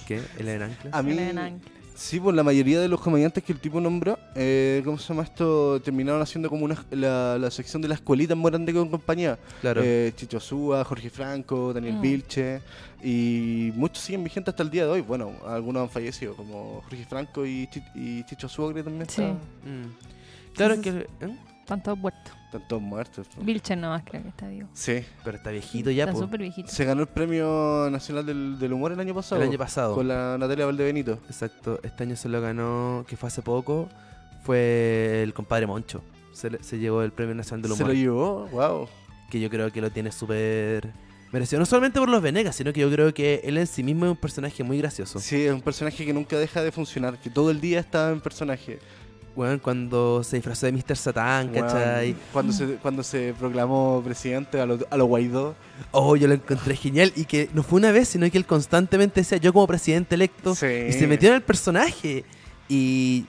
S3: ¿Qué? ¿Eleven Anclas?
S2: A mí,
S4: El Even Anclas.
S2: sí, por la mayoría de los comediantes que el tipo nombró, eh, ¿cómo se llama esto? Terminaron haciendo como una, la, la sección de la escuelita en Morandé con compañía.
S3: Claro.
S2: Eh, Chicho Súa, Jorge Franco, Daniel
S4: Mm.
S2: Vilche, y muchos siguen vigentes hasta el día de hoy. Bueno, algunos han fallecido, como Jorge Franco y, Chi- y Chicho Súa, creo que también.
S4: Sí.
S2: está-
S3: Mm. Claro que... ¿eh?
S4: Están todos muertos.
S2: Están todos muertos. po.
S4: Vilche nomás creo que está vivo.
S2: Sí,
S3: Pero está viejito ya,
S4: Está
S3: po.
S4: súper viejito.
S2: se ganó el Premio Nacional del, del Humor el año pasado.
S3: El año pasado.
S2: Con la Natalia Valdebenito.
S3: Exacto, este año se lo ganó, que fue hace poco, fue el compadre Moncho. Se, le- se llevó el Premio Nacional del
S2: Se
S3: Humor,
S2: lo llevó, wow.
S3: que yo creo que lo tiene súper merecido. No solamente por los Venegas, sino que yo creo que él en sí mismo es un personaje muy gracioso.
S2: Sí, es un personaje que nunca deja de funcionar, que todo el día está en personaje.
S3: Weón, cuando se disfrazó de Mr. Satán,
S2: Weón,
S3: ¿cachai?
S2: Cuando se, cuando se proclamó presidente a los a lo Guaidó.
S3: Oh, yo lo encontré genial. Y que no fue una vez, sino que él constantemente decía, yo como presidente electo.
S2: Sí.
S3: Y se metió en el personaje. Y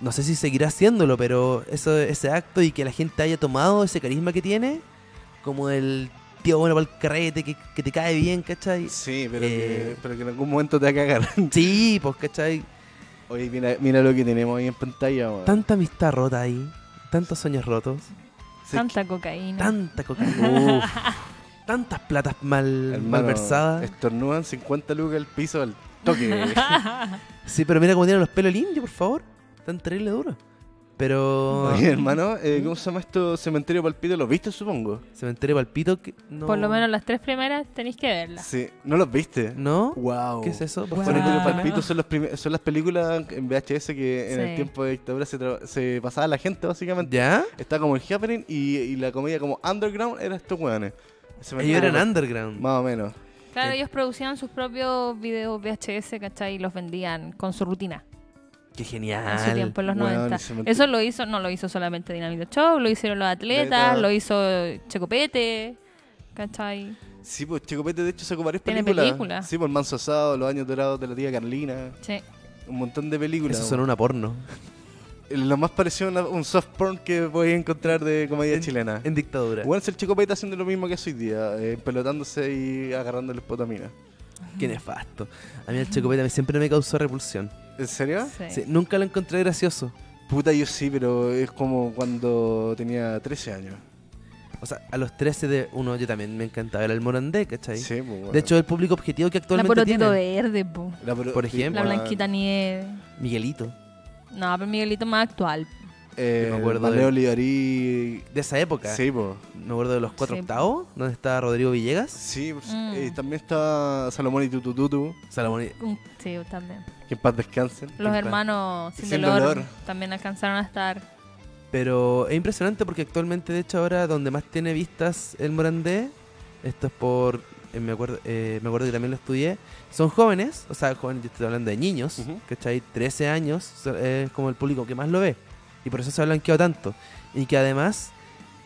S3: no sé si seguirá haciéndolo, pero eso, ese acto y que la gente haya tomado ese carisma que tiene, como el tío bueno para el carrete, que, que te cae bien, ¿cachai?
S2: Sí, pero,
S3: Eh.
S2: que, pero que en algún momento te va a cagar.
S3: Sí, pues, ¿cachai?
S2: Oye, mira, mira lo que tenemos ahí en pantalla, weón.
S3: Tanta amistad rota ahí, tantos sueños rotos,
S2: Sí,
S4: Tanta cocaína.
S3: tanta cocaína, tantas platas mal,
S2: hermano,
S3: malversadas.
S2: Estornudan 50 lucas al piso al toque.
S3: Sí, pero mira cómo tiene los pelos el indio, por favor. Tan terrible duro. Pero.
S2: Oye, hermano, eh, ¿cómo se llama esto? Cementerio Palpito, ¿los viste, supongo?
S3: Cementerio Palpito. que- No.
S4: Por lo menos las tres primeras tenéis que verlas.
S2: Sí, ¿no los viste?
S3: ¿No?
S2: Wow.
S3: ¿Qué es eso? Por
S4: Wow.
S3: favor, este
S2: Cementerio
S4: Ah.
S2: Palpito son, los prime- son las películas en VHS que en
S4: Sí.
S2: el tiempo de dictadura se, tra- se pasaba a la gente, básicamente.
S3: ¿Ya?
S2: Está como el happening y, y la comedia como underground era estos weones.
S3: Ellos
S2: Cementerio
S3: eran
S2: Palpito,
S3: underground.
S2: Más o menos.
S4: Claro,
S3: Sí. Eh.
S4: ellos producían sus propios videos VHS, ¿cachai? Y los vendían con su rutina
S3: Qué
S4: en su
S3: genial.
S4: tiempo, en los
S2: Weón,
S4: 90.
S2: se me-
S4: Eso lo hizo, no lo hizo solamente Dinamita Show, lo hicieron los atletas,
S2: Atleta.
S4: lo hizo Checopete, ¿cachai?
S2: Sí, pues Chico Pete de hecho sacó varias
S4: Tiene
S2: películas.
S4: películas.
S2: Sí, pues El Manso Asado, Los Años Dorados de la Tía Carlina,
S4: Sí.
S2: un montón de películas. Eh,
S3: Eso sonó una porno.
S2: Lo más parecido a una- un soft porn que voy a encontrar de comedia
S3: En-
S2: chilena.
S3: En dictadura.
S2: Bueno, es el Chico Pete haciendo lo mismo que hace hoy día, eh, pelotándose y agarrando el potamina.
S3: Qué nefasto. A mí el Checopeta me- siempre me causó repulsión.
S2: ¿En serio?
S4: sí.
S3: Ah, Sí, nunca lo encontré gracioso.
S2: Puta, yo sí, pero es como cuando tenía 13 años.
S3: O sea, a los 13 de uno yo también me encantaba el Morandé, ¿cachai?
S2: Sí, pues, bueno.
S3: De hecho, el público objetivo que
S4: La
S3: actualmente
S4: Porotito
S3: tiene. eh.
S4: Verde, po.
S2: La pro-
S3: por ejemplo.
S4: la
S2: bueno,
S4: Blanquita Nieve.
S3: Miguelito.
S4: No, pero Miguelito es más actual.
S2: Eh,
S3: Yo me acuerdo
S2: Mateo
S3: de-
S2: Olivarí.
S3: De esa época.
S2: Sí, pues.
S3: Me acuerdo de los cuatro
S4: Sí.
S3: octavos, donde estaba Rodrigo Villegas.
S2: Sí, pues,
S4: Mm.
S2: eh, también está Salomón y Tutututu,
S3: Salomón.
S4: Un- Sí, también.
S2: que en paz descansen.
S4: Los
S3: Epa.
S4: hermanos sin,
S2: Sin
S4: dolor,
S2: Dolor.
S4: también alcanzaron a estar.
S3: Pero es impresionante porque actualmente, de hecho, ahora donde más tiene vistas el Morandé, esto es por. eh, me, acuerdo, eh, me acuerdo que también lo estudié. Son jóvenes, o sea, jóvenes, yo estoy hablando de niños,
S2: Ujú.
S3: ¿cachai? 13 años, so- es como el público que más lo ve. Y por eso se ha blanqueado tanto. Y que además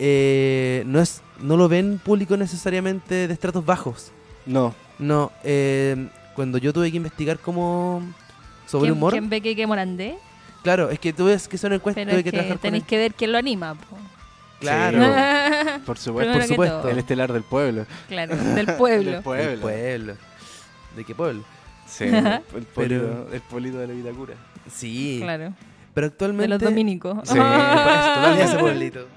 S3: eh, no, es, no lo ven público necesariamente de estratos bajos.
S2: No,
S3: No, eh, cuando yo tuve que investigar cómo. sobre
S4: ¿Quién,
S3: humor.
S4: quién ve que, que Morandé?
S3: Claro, es que tuve que hacer una encuesta,
S4: Pero
S3: tuve
S4: es
S3: que,
S4: que
S3: trabajar con
S4: tenéis
S3: él.
S4: que ver quién lo anima, po.
S3: Claro.
S2: Sí, por supuesto.
S4: Primero que
S3: supuesto.
S4: todo.
S2: El estelar del pueblo.
S4: Claro, del pueblo.
S2: Del
S3: Del
S2: pueblo.
S3: pueblo. ¿De qué pueblo?
S2: Sí, el pueblito,
S3: Pero-
S2: el pueblito de la Vitacura.
S3: Sí.
S4: Claro,
S3: Pero
S4: de
S3: actualmente.
S4: los dominicos.
S2: Sí.
S3: Totalmente ese pueblito.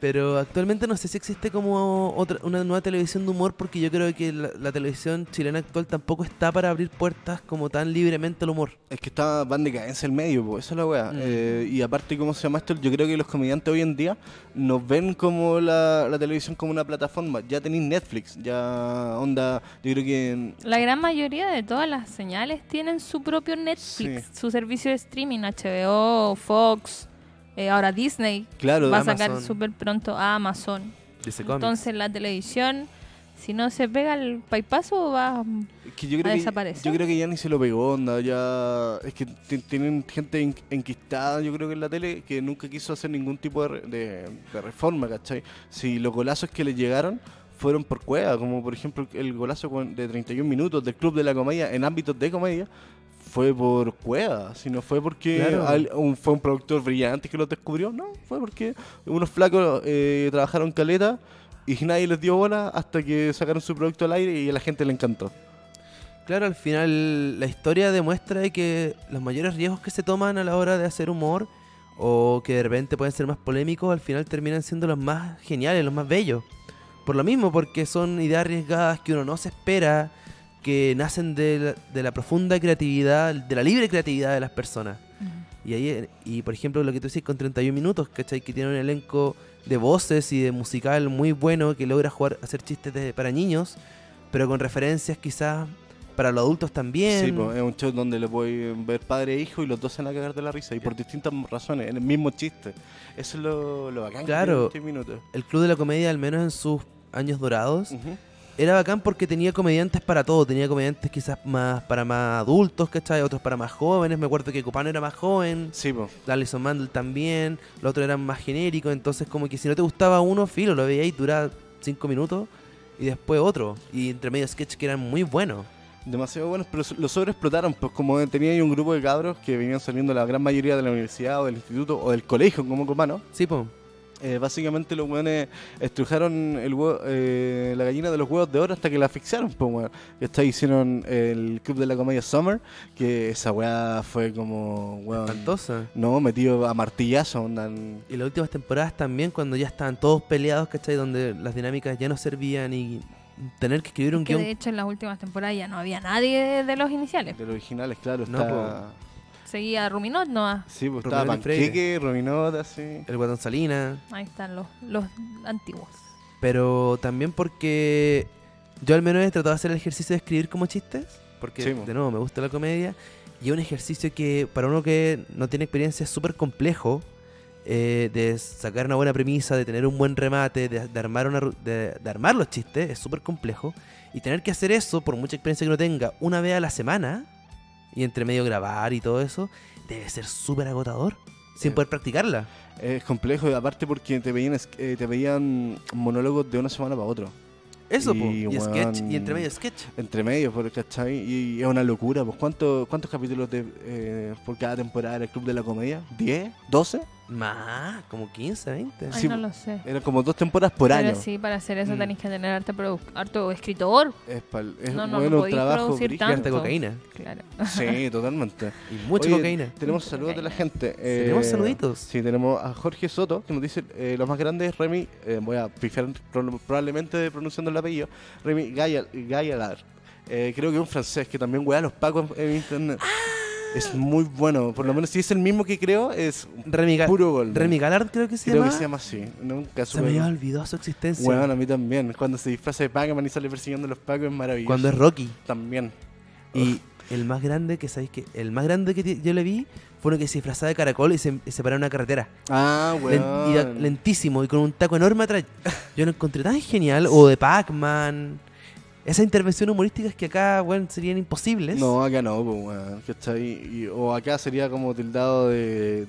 S3: Pero actualmente no sé si existe como otra, una nueva televisión de humor, porque yo creo que la, la televisión chilena actual tampoco está para abrir puertas como tan libremente al humor.
S2: Es que está van de cadencia el medio, po, eso es la weá.
S3: Mm.
S2: Eh, y aparte, ¿cómo se llama esto? Yo creo que los comediantes hoy en día nos ven como la, la televisión como una plataforma. Ya tenéis Netflix, ya onda, yo creo que
S4: La gran mayoría de todas las señales tienen su propio Netflix, su servicio de streaming, HBO, Fox, eh, ahora Disney.
S2: Claro,
S4: va a
S3: Amazon.
S4: sacar súper pronto a Amazon.
S3: Dice
S4: Entonces la televisión, si no se pega el paipazo, va...
S2: que yo
S4: ¿Va
S2: creo
S4: a
S2: que,
S4: desaparecer?
S2: yo creo que ya ni se lo pegó onda, ya es que ti- tienen gente en- enquistada, yo creo que en la tele que nunca quiso hacer ningún tipo de, re- de- de reforma, ¿cachai? Si los golazos que le llegaron fueron por cueva, como por ejemplo el golazo con- de 31 minutos del Club de la Comedia en ámbitos de comedia, fue por cueva, si no fue porque
S3: Claro.
S2: al- un- fue un productor brillante que lo descubrió, no, fue porque unos flacos eh, trabajaron caleta y nadie les dio bola hasta que sacaron su producto al aire y a la gente le encantó.
S3: Claro, al final la historia demuestra de que los mayores riesgos que se toman a la hora de hacer humor o que de repente pueden ser más polémicos, al final terminan siendo los más geniales, los más bellos. Por lo mismo, porque son ideas arriesgadas que uno no se espera, que nacen de la, de la profunda creatividad, de la libre creatividad de las personas. Y ahí, y por ejemplo, lo que tú dices con 31 minutos, ¿cachai? Que tiene un elenco de voces y de musical muy bueno que logra jugar, hacer chistes de- para niños, pero con referencias quizás para los adultos también.
S2: Sí, pues, es un show donde lo pueden ver padre e hijo y los dos se van a cagar de la risa y por distintas razones, en el mismo chiste. Eso es lo, lo bacán. que
S3: Claro.
S2: tiene este 31 minutos.
S3: El Club de la Comedia, al menos en sus años dorados,
S2: Ujú.
S3: era bacán porque tenía comediantes para todo. Tenía comediantes quizás más para más adultos, ¿cachai? Otros para más jóvenes. Me acuerdo que Copano era más joven.
S2: Sí, pues.
S3: la Alison Mandel también, los otros eran más genéricos, entonces como que si no te gustaba uno, filo, lo veías y duraba 5 minutos y después otro, y entre medio sketch que eran muy buenos.
S2: Demasiado buenos, pero so- lo sobreexplotaron, pues como tenía ahí un grupo de cabros que venían saliendo la gran mayoría de la universidad o del instituto o del colegio como copano,
S3: Sí, po.
S2: eh, básicamente los weones estrujaron el hue- eh, la gallina de los huevos de oro hasta que la asfixiaron, pues weón. Y hasta hicieron el club de la comedia Summer, que esa weá fue como, weón,
S3: Espantosa.
S2: No, metido a martillazo, onda, en-
S3: Y las últimas temporadas también, cuando ya estaban todos peleados, ¿cachai? Donde las dinámicas ya no servían y tener que escribir un
S4: Que
S3: guión.
S4: de hecho en las últimas temporadas ya no había nadie de, de los iniciales.
S2: de los originales, claro.
S3: No,
S2: está,
S4: Seguía Ruminot nomás.
S2: sí, pues
S3: Romero
S2: estaba
S3: y Freire.
S2: Panqueque, Rominota, sí.
S3: El Guatón Salina.
S4: Ahí están los, los antiguos.
S3: Pero también porque yo al menos he tratado de hacer el ejercicio de escribir como chistes, porque
S2: Sí, mo.
S3: de nuevo me gusta la comedia, y es un ejercicio que para uno que no tiene experiencia es súper complejo, eh, de sacar una buena premisa, de tener un buen remate, de, de armar, una, ru- de, de armar los chistes, es súper complejo, y tener que hacer eso, por mucha experiencia que uno tenga, una vez a la semana, y entre medio grabar y todo eso, debe ser súper agotador,
S2: Sí.
S3: sin poder practicarla.
S2: Es complejo, y aparte porque te pedían, es- eh, te pedían monólogos de una semana para otro.
S3: Eso,
S2: Y,
S3: po, y, sketch,
S2: weón,
S3: y entre medio sketch.
S2: Entre medios, por- ¿cachai? Y es una locura, pues. ¿Cuánto, ¿Cuántos capítulos de, eh, por cada temporada era el Club de la Comedia? ¿10? ¿12?
S3: Más, como 15, 20.
S4: Ay,
S2: Sí,
S4: no
S2: po.
S4: lo sé.
S2: Eran como dos temporadas por
S4: Pero
S2: año.
S4: sí, para hacer eso
S2: Mm.
S4: tenéis que tener harto, produ- harto escritor.
S2: Es, pal- es
S4: No, no, no
S2: bueno un
S4: podís
S2: trabajo.
S4: producir
S2: brígido.
S3: Y harta
S4: tanto.
S3: cocaína.
S4: Claro.
S2: Sí, totalmente.
S3: Y mucha
S2: Oye,
S3: cocaína.
S2: Tenemos
S4: Mucha
S2: saludos de la
S4: cocaína.
S2: gente.
S3: Tenemos
S2: Eh,
S3: saluditos.
S2: Sí, tenemos a Jorge Soto, que nos dice, eh, los más grandes, Remy, eh, voy a pifiar pro- probablemente pronunciando el apellido, Remy Gaya- Gayalar. Eh, creo que es un francés que también wea a los pacos en, en internet.
S4: Ah.
S2: Es muy bueno, por lo menos si es el mismo que creo, es
S3: Remy, Ga-
S2: puro gol.
S3: Remy Gallard creo que se
S2: creo
S3: llama.
S2: que se llama así. Nunca
S3: Se me había
S2: supe.
S3: olvidado su existencia.
S2: Bueno, a mí también. Cuando se disfraza de Pac-Man y sale persiguiendo a los pacos es maravilloso.
S3: cuando es Rocky.
S2: También.
S3: Y el más grande que sabéis que el más grande que ti- yo le vi fue uno que se disfrazaba de caracol y se, y se paraba en una carretera.
S2: Ah,
S3: Len-
S2: weón.
S3: y da- lentísimo y con un taco enorme atrás. Yo lo encontré tan genial. O de Pac-Man. Esas intervenciones humorísticas que acá, bueno, serían imposibles.
S2: No, acá no, pues, weón. ¿cachai? Y- o acá sería como tildado de.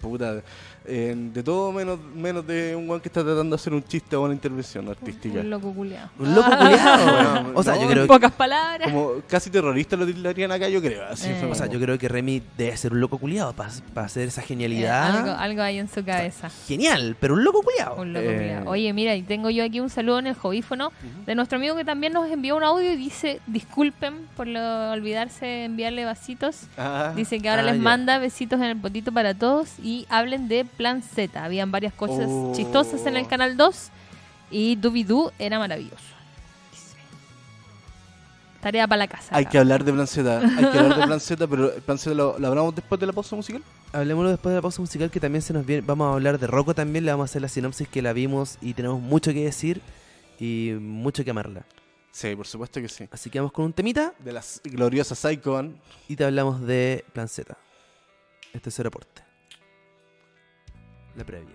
S2: Puta. eh, de todo menos, menos de un weón que está tratando de hacer un chiste o una intervención artística.
S4: Un loco culiao.
S3: Un loco
S2: Ah.
S3: culiado. O sea,
S2: No,
S3: yo
S4: En
S3: creo que.
S4: pocas palabras.
S2: Como casi terrorista lo tildarían acá, yo creo. Así,
S4: Eh.
S2: como-
S3: O sea, yo creo que Remy debe ser un loco culiado para hacer esa
S4: Eh,
S3: genialidad.
S4: algo, algo hay en su cabeza.
S3: Genial, pero un loco culiado.
S4: Un loco
S2: Eh.
S4: culiao. Oye, mira, y tengo yo aquí un saludo en el jovífono de nuestro amigo que también nos envió un audio y dice, disculpen por lo- olvidarse de enviarle vasitos.
S2: Ah.
S4: Dice que ahora
S3: Ah,
S4: les
S3: ya.
S4: manda besitos en el potito para todos y hablen de Plan Z. Habían varias cosas
S2: Oh.
S4: chistosas en el Canal 2 y Dubidú era maravilloso. Dice. Tarea para la casa.
S2: Hay
S4: acá.
S2: que hablar de Plan Z, hay que hablar de Plan Z, pero Plan Z lo, lo hablamos después de la pausa musical.
S3: Hablemoslo después de la pausa musical que también se nos viene. Vamos a hablar de Rocco también, le vamos a hacer la sinopsis que la vimos y tenemos mucho que decir y mucho que amarla.
S2: Sí, por supuesto que sí.
S3: Así que vamos con un temita
S2: De las gloriosas Psycho Band.
S3: y te hablamos de Plan Z. Este es el aporte. La previa.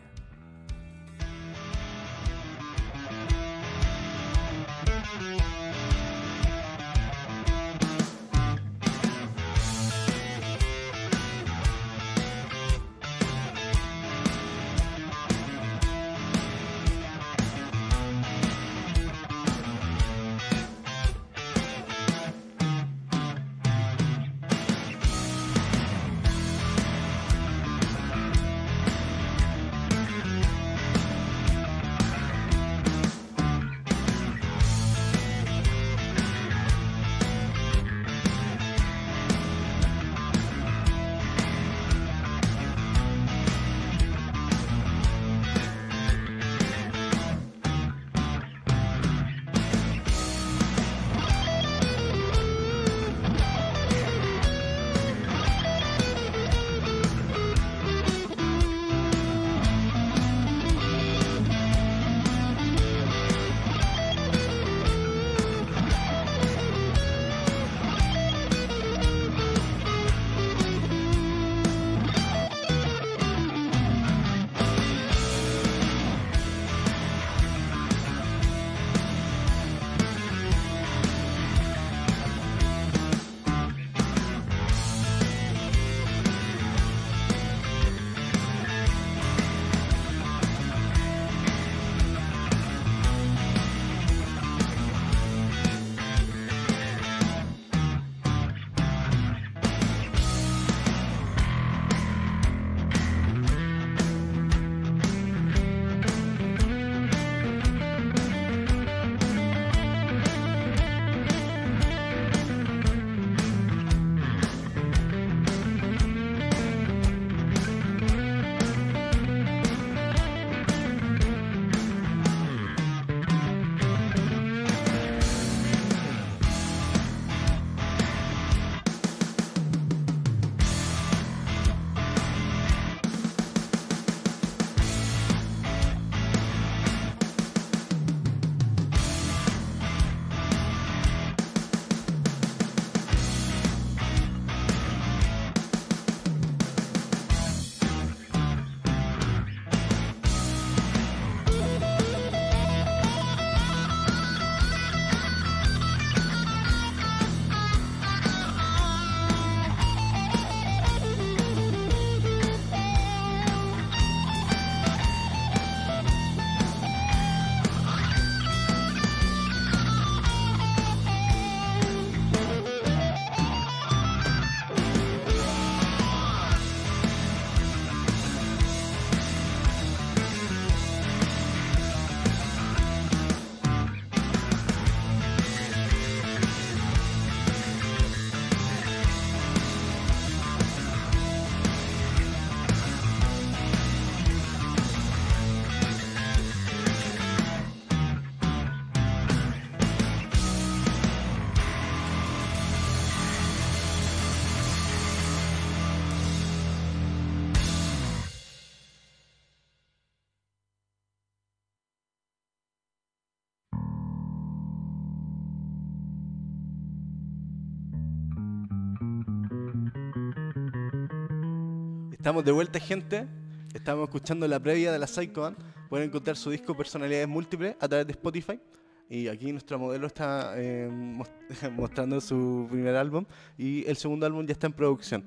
S2: Estamos de vuelta, gente. Estamos escuchando la previa de la Psychoan. Pueden encontrar su disco Personalidades Múltiples a través de Spotify. Y aquí nuestro modelo está eh, mos- mostrando su primer álbum. Y el segundo álbum ya está en producción.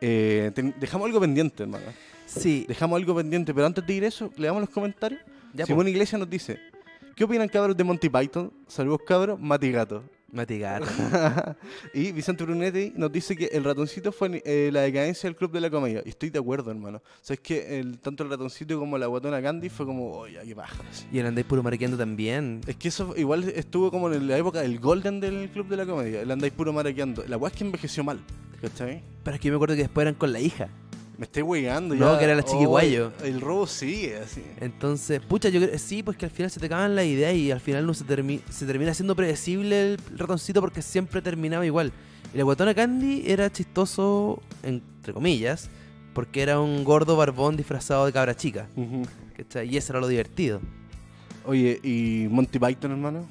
S2: Eh, ten- dejamos algo pendiente, hermano.
S3: Sí,
S2: Dejamos algo pendiente, pero antes de ir a eso, le damos los comentarios.
S3: ya
S2: Simón Iglesias nos dice: ¿Qué opinan, cabros, de Monty Python? Saludos, cabros, Matigato.
S3: Matigar.
S2: y Vicente Brunetti nos dice que el ratoncito fue eh, la decadencia del club de la comedia. Y estoy de acuerdo, hermano. O sea, es que el, tanto el ratoncito como la guatona Candy fue como, oye, qué paja. así.
S3: Y el andáis puro marqueando también.
S2: Es que eso igual estuvo como en la época del golden del club de la comedia. El andáis puro maraqueando. La weá es que envejeció mal. ¿Cachai?
S3: Pero es que yo me acuerdo que después eran con la hija.
S2: Me estoy weigando.
S3: No, que era la chiquiguayo. Eh.
S2: el robo sigue así.
S3: Entonces, pucha, yo creo, sí, pues que al final se te acaban las ideas y al final no se, termi- se termina siendo predecible el ratoncito porque siempre terminaba igual. Y la guatona Candy era chistoso, entre comillas, porque era un gordo barbón disfrazado de cabra chica.
S2: Ujú.
S3: ¿cachai? Y eso era lo divertido.
S2: Oye, ¿y Monty Python, hermano?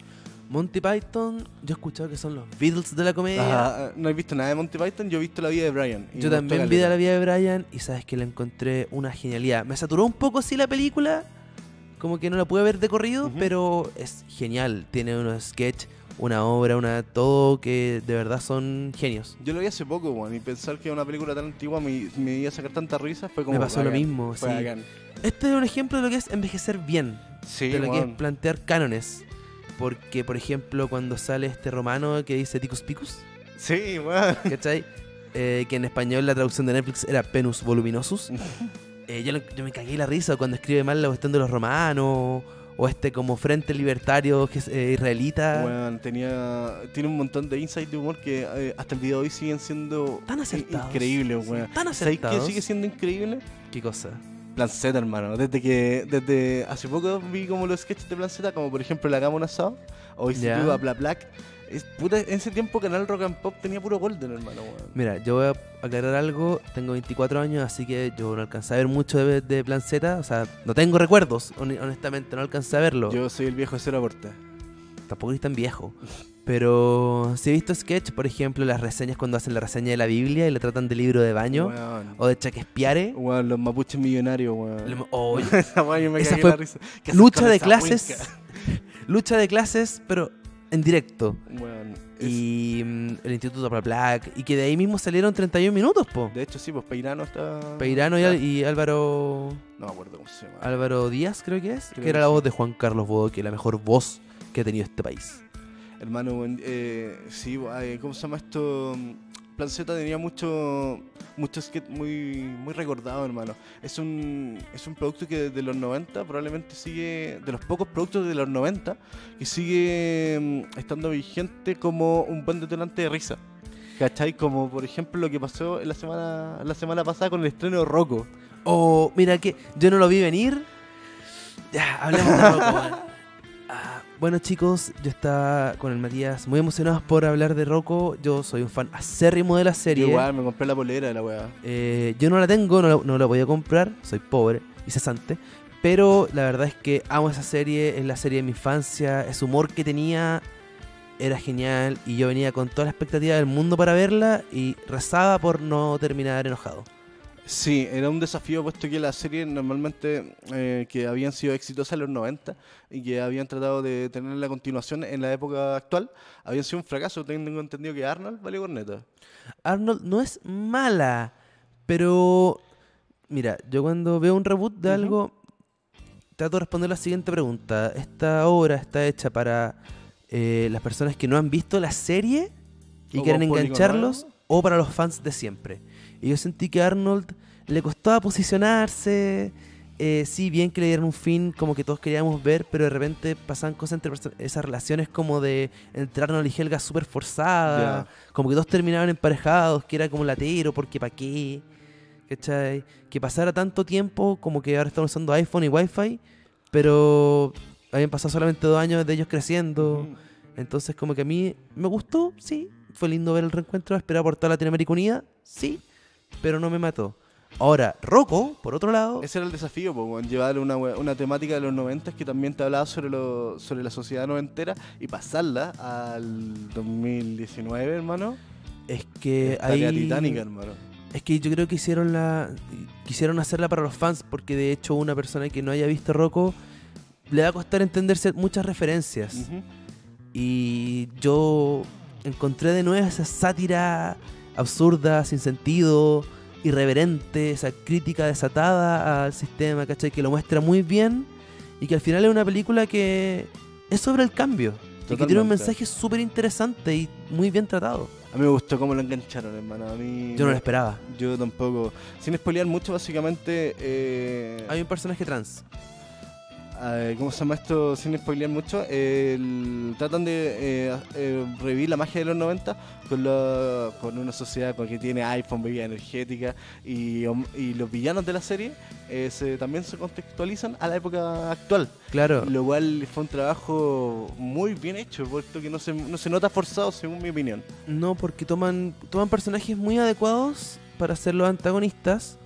S3: Monty Python, yo he escuchado que son los Beatles de la comedia.
S2: Ah, no he visto nada de Monty Python. Yo he visto la vida de Brian. y
S3: Eh. Yo
S2: me gustó
S3: también vi
S2: caleta.
S3: la vida de Brian y sabes que la encontré una genialidad. Me saturó un poco sí la película, como que no la pude ver de corrido,
S2: Ujú.
S3: pero es genial. Tiene unos sketch, una obra, una todo que de verdad son genios.
S2: Yo lo vi hace poco, weón, y pensar que una película tan antigua me, me iba a sacar tanta risa fue como.
S3: Me pasó lo
S2: bacán,
S3: mismo.
S2: Fue
S3: sí.
S2: bacán.
S3: Este es un ejemplo de lo que es envejecer bien,
S2: Sí,
S3: de lo que es
S2: weón.
S3: plantear cánones. Porque, por ejemplo, cuando sale este romano que dice Ticus Picus,
S2: Sí, weón.
S3: ¿cachai? Eh, que en español la traducción de Netflix era Penus Voluminosus. Eh, yo, lo- yo me cagué la risa cuando escribe mal la cuestión de los romanos o este como Frente Libertario que es, eh, Israelita.
S2: Weón, tenía. Tiene un montón de insight de humor que eh, hasta el día de hoy siguen siendo.
S3: Tan
S2: i-
S3: acertados.
S2: Increíbles, weón.
S3: Tan
S2: ¿Sabes qué
S3: acertados.
S2: sigue siendo increíble?
S3: ¿Qué cosa?
S2: Plan Z, hermano. Desde que. Desde hace poco vi como los sketches de Plan Z, como por ejemplo La Gama un asado, o
S3: Ya.
S2: Instituto a Bla Black. Es, puta, en ese tiempo Canal Rock and Pop tenía puro Golden, hermano, weón.
S3: Mira, yo voy a aclarar algo. Tengo 24 años, así que yo no alcancé a ver mucho de, de Plan Z. O sea, no tengo recuerdos, hon- honestamente, no alcancé a verlo.
S2: Yo soy el viejo de cero aporta.
S3: tampoco es tan viejo. Pero sí he visto sketch, por ejemplo, las reseñas cuando hacen la reseña de la Biblia y la tratan de libro de baño
S2: Weón.
S3: o de Shakespeare.
S2: Weón, los mapuches millonarios, weón.
S3: Lo- o-
S2: Esa weá yo me
S3: Esa
S2: cagué
S3: fue
S2: la risa. ¿Qué haces
S3: lucha
S2: con
S3: de
S2: esa
S3: clases.
S2: cuenca?
S3: Lucha de clases, pero en directo.
S2: Weón, es-
S3: Y mm, el Instituto para Black. Y que de ahí mismo salieron 31 minutos, po.
S2: de hecho, sí, pues Peirano está.
S3: Peirano y,
S2: está-
S3: Al- y Álvaro
S2: No me acuerdo cómo se llama.
S3: Álvaro Díaz, creo que es.
S2: Creo
S3: que era
S2: que
S3: la
S2: sí.
S3: voz de Juan Carlos Bodoque, la mejor voz que ha tenido este país.
S2: Hermano, weón, eh, sí, weón, eh, ¿cómo se llama esto? Plan Z tenía mucho, mucho skate muy, muy recordado, hermano. Es un, es un producto que desde los 90 probablemente sigue, de los pocos productos de los 90, que sigue mm, estando vigente como un buen detonante de risa. ¿Cachai? Como por ejemplo lo que pasó en la semana, la semana pasada con el estreno de Rocco.
S3: O, mira que yo no lo vi venir. Ya, hablemos de Rocco. weón. Ah, bueno, chicos, yo estaba con el Matías muy emocionados por hablar de Rocco. Yo soy un fan acérrimo de la serie.
S2: Yo igual me compré la polera de la weá.
S3: Eh, yo no la tengo, no la, no la voy a comprar, soy pobre y cesante. Pero la verdad es que amo esa serie, es la serie de mi infancia, ese humor que tenía era genial y yo venía con toda la expectativa del mundo para verla y rezaba por no terminar enojado.
S2: Sí, era un desafío puesto que la serie normalmente eh, que habían sido exitosas en los 90 y que habían tratado de tener la continuación en la época actual, habían sido un fracaso. Tengo entendido que Arnold vale corneta.
S3: Arnold no es mala, pero mira, yo cuando veo un reboot de
S2: Ujú.
S3: algo, trato de responder la siguiente pregunta. ¿Esta obra está hecha para eh, las personas que no han visto la serie y
S2: ¿O
S3: quieren
S2: para un público
S3: engancharlos
S2: nuevo?
S3: o para los fans de siempre? Y yo sentí que a Arnold le costaba posicionarse. eh, sí, bien que le dieron un fin como que todos queríamos ver, pero de repente pasaban cosas entre perso- esas relaciones como de entre Arnold y Helga súper forzadas
S2: Ya.
S3: como que todos terminaban emparejados, que era como latero, porque pa' qué, ¿cachai? Que pasara tanto tiempo, como que ahora están usando iPhone y Wi-Fi, pero habían pasado solamente dos años de ellos creciendo.
S2: Ujú.
S3: Entonces, como que a mí me gustó, sí. Fue lindo ver el reencuentro, esperaba por toda Latinoamérica unida, sí, pero no me mató. Ahora, Rocco, por otro lado,
S2: Ese era el desafío, po, weón, llevar una, we- una temática de los 90 que también te hablaba sobre, lo, sobre la sociedad noventera y pasarla al 2019, hermano.
S3: es que
S2: Tarea
S3: Eh, ahí
S2: titánica, hermano.
S3: Es que yo creo que hicieron la quisieron hacerla para los fans porque de hecho una persona que no haya visto Rocco le va a costar entenderse muchas referencias.
S2: Ujú.
S3: Y yo encontré de nuevo esa sátira absurda, sin sentido, irreverente, esa crítica desatada al sistema, ¿cachai? Que lo muestra muy bien y que al final es una película que es sobre el cambio. Y que tiene un
S2: Totalmente.
S3: mensaje súper interesante y muy bien tratado.
S2: A mí me gustó cómo lo engancharon, hermano. A mí
S3: Yo no lo esperaba.
S2: Yo tampoco. Sin spoilear mucho, básicamente. eh,
S3: Hay un personaje trans.
S2: eh, ¿Cómo se llama esto? Sin spoilear mucho. el- tratan de eh, eh, revivir la magia de los 90 con, la- con una sociedad con que tiene iPhone, bebida energética. Y, hom- y los villanos de la serie eh, se- también se contextualizan a la época actual.
S3: Claro.
S2: Lo cual fue un trabajo muy bien hecho, puesto que no se, no se nota forzado, según mi opinión.
S3: No, porque toman, toman personajes muy adecuados para ser los antagonistas.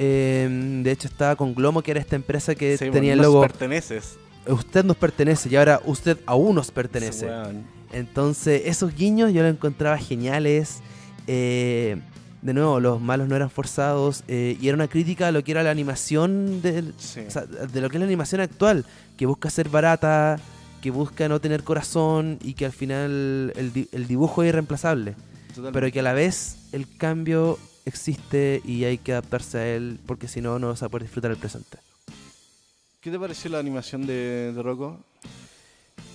S3: Eh, de hecho, estaba con Glomo, que era esta empresa que
S2: Sí,
S3: Eh, tenía el
S2: nos
S3: logo.
S2: perteneces.
S3: Usted nos pertenece y ahora usted aún nos pertenece.
S2: Weón.
S3: Entonces, esos guiños yo los encontraba geniales. Eh, de nuevo, los malos no eran forzados. eh, y era una crítica a lo que era la animación del,
S2: Sí.
S3: o sea, de lo que es la animación actual, que busca ser barata, que busca no tener corazón y que al final el, di- el dibujo es irreemplazable,
S2: Totalmente.
S3: pero que a la vez el cambio existe y hay que adaptarse a él porque si no, no vas a poder disfrutar el presente.
S2: ¿Qué te pareció la animación de, de Rocco?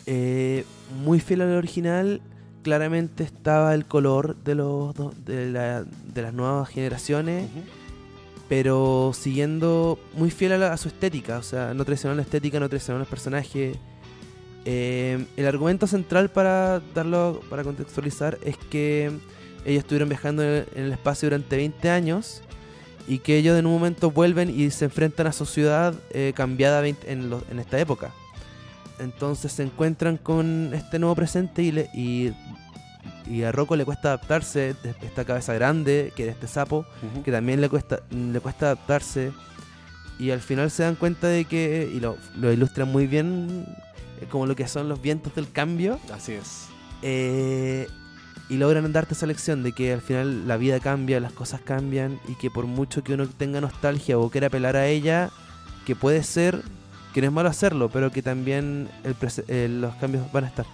S3: Eh, muy fiel al original, claramente estaba el color de, los do- de, la- de las nuevas generaciones, pero siguiendo muy fiel a, la- a su estética, o sea, no traicionaron la estética, no traicionaron los personajes. Eh, el argumento central para darlo, para contextualizar, es que ellos estuvieron viajando en el, en el espacio durante 20 años y que ellos en un momento vuelven y se enfrentan a su ciudad eh, cambiada 20 en, lo- en esta época. Entonces se encuentran con este nuevo presente y, le- y, y a Rocco le cuesta adaptarse, de- esta cabeza grande, que era este sapo, que también le cuesta, le cuesta adaptarse. Y al final se dan cuenta de que, y lo, lo ilustran muy bien, eh, como lo que son los vientos del cambio,
S2: Así es.
S3: eh, y logran darte esa lección de que al final la vida cambia, las cosas cambian, y que por mucho que uno tenga nostalgia o quiera apelar a ella, que puede ser, que no es malo hacerlo, pero que también el prese- eh, los cambios van a estar.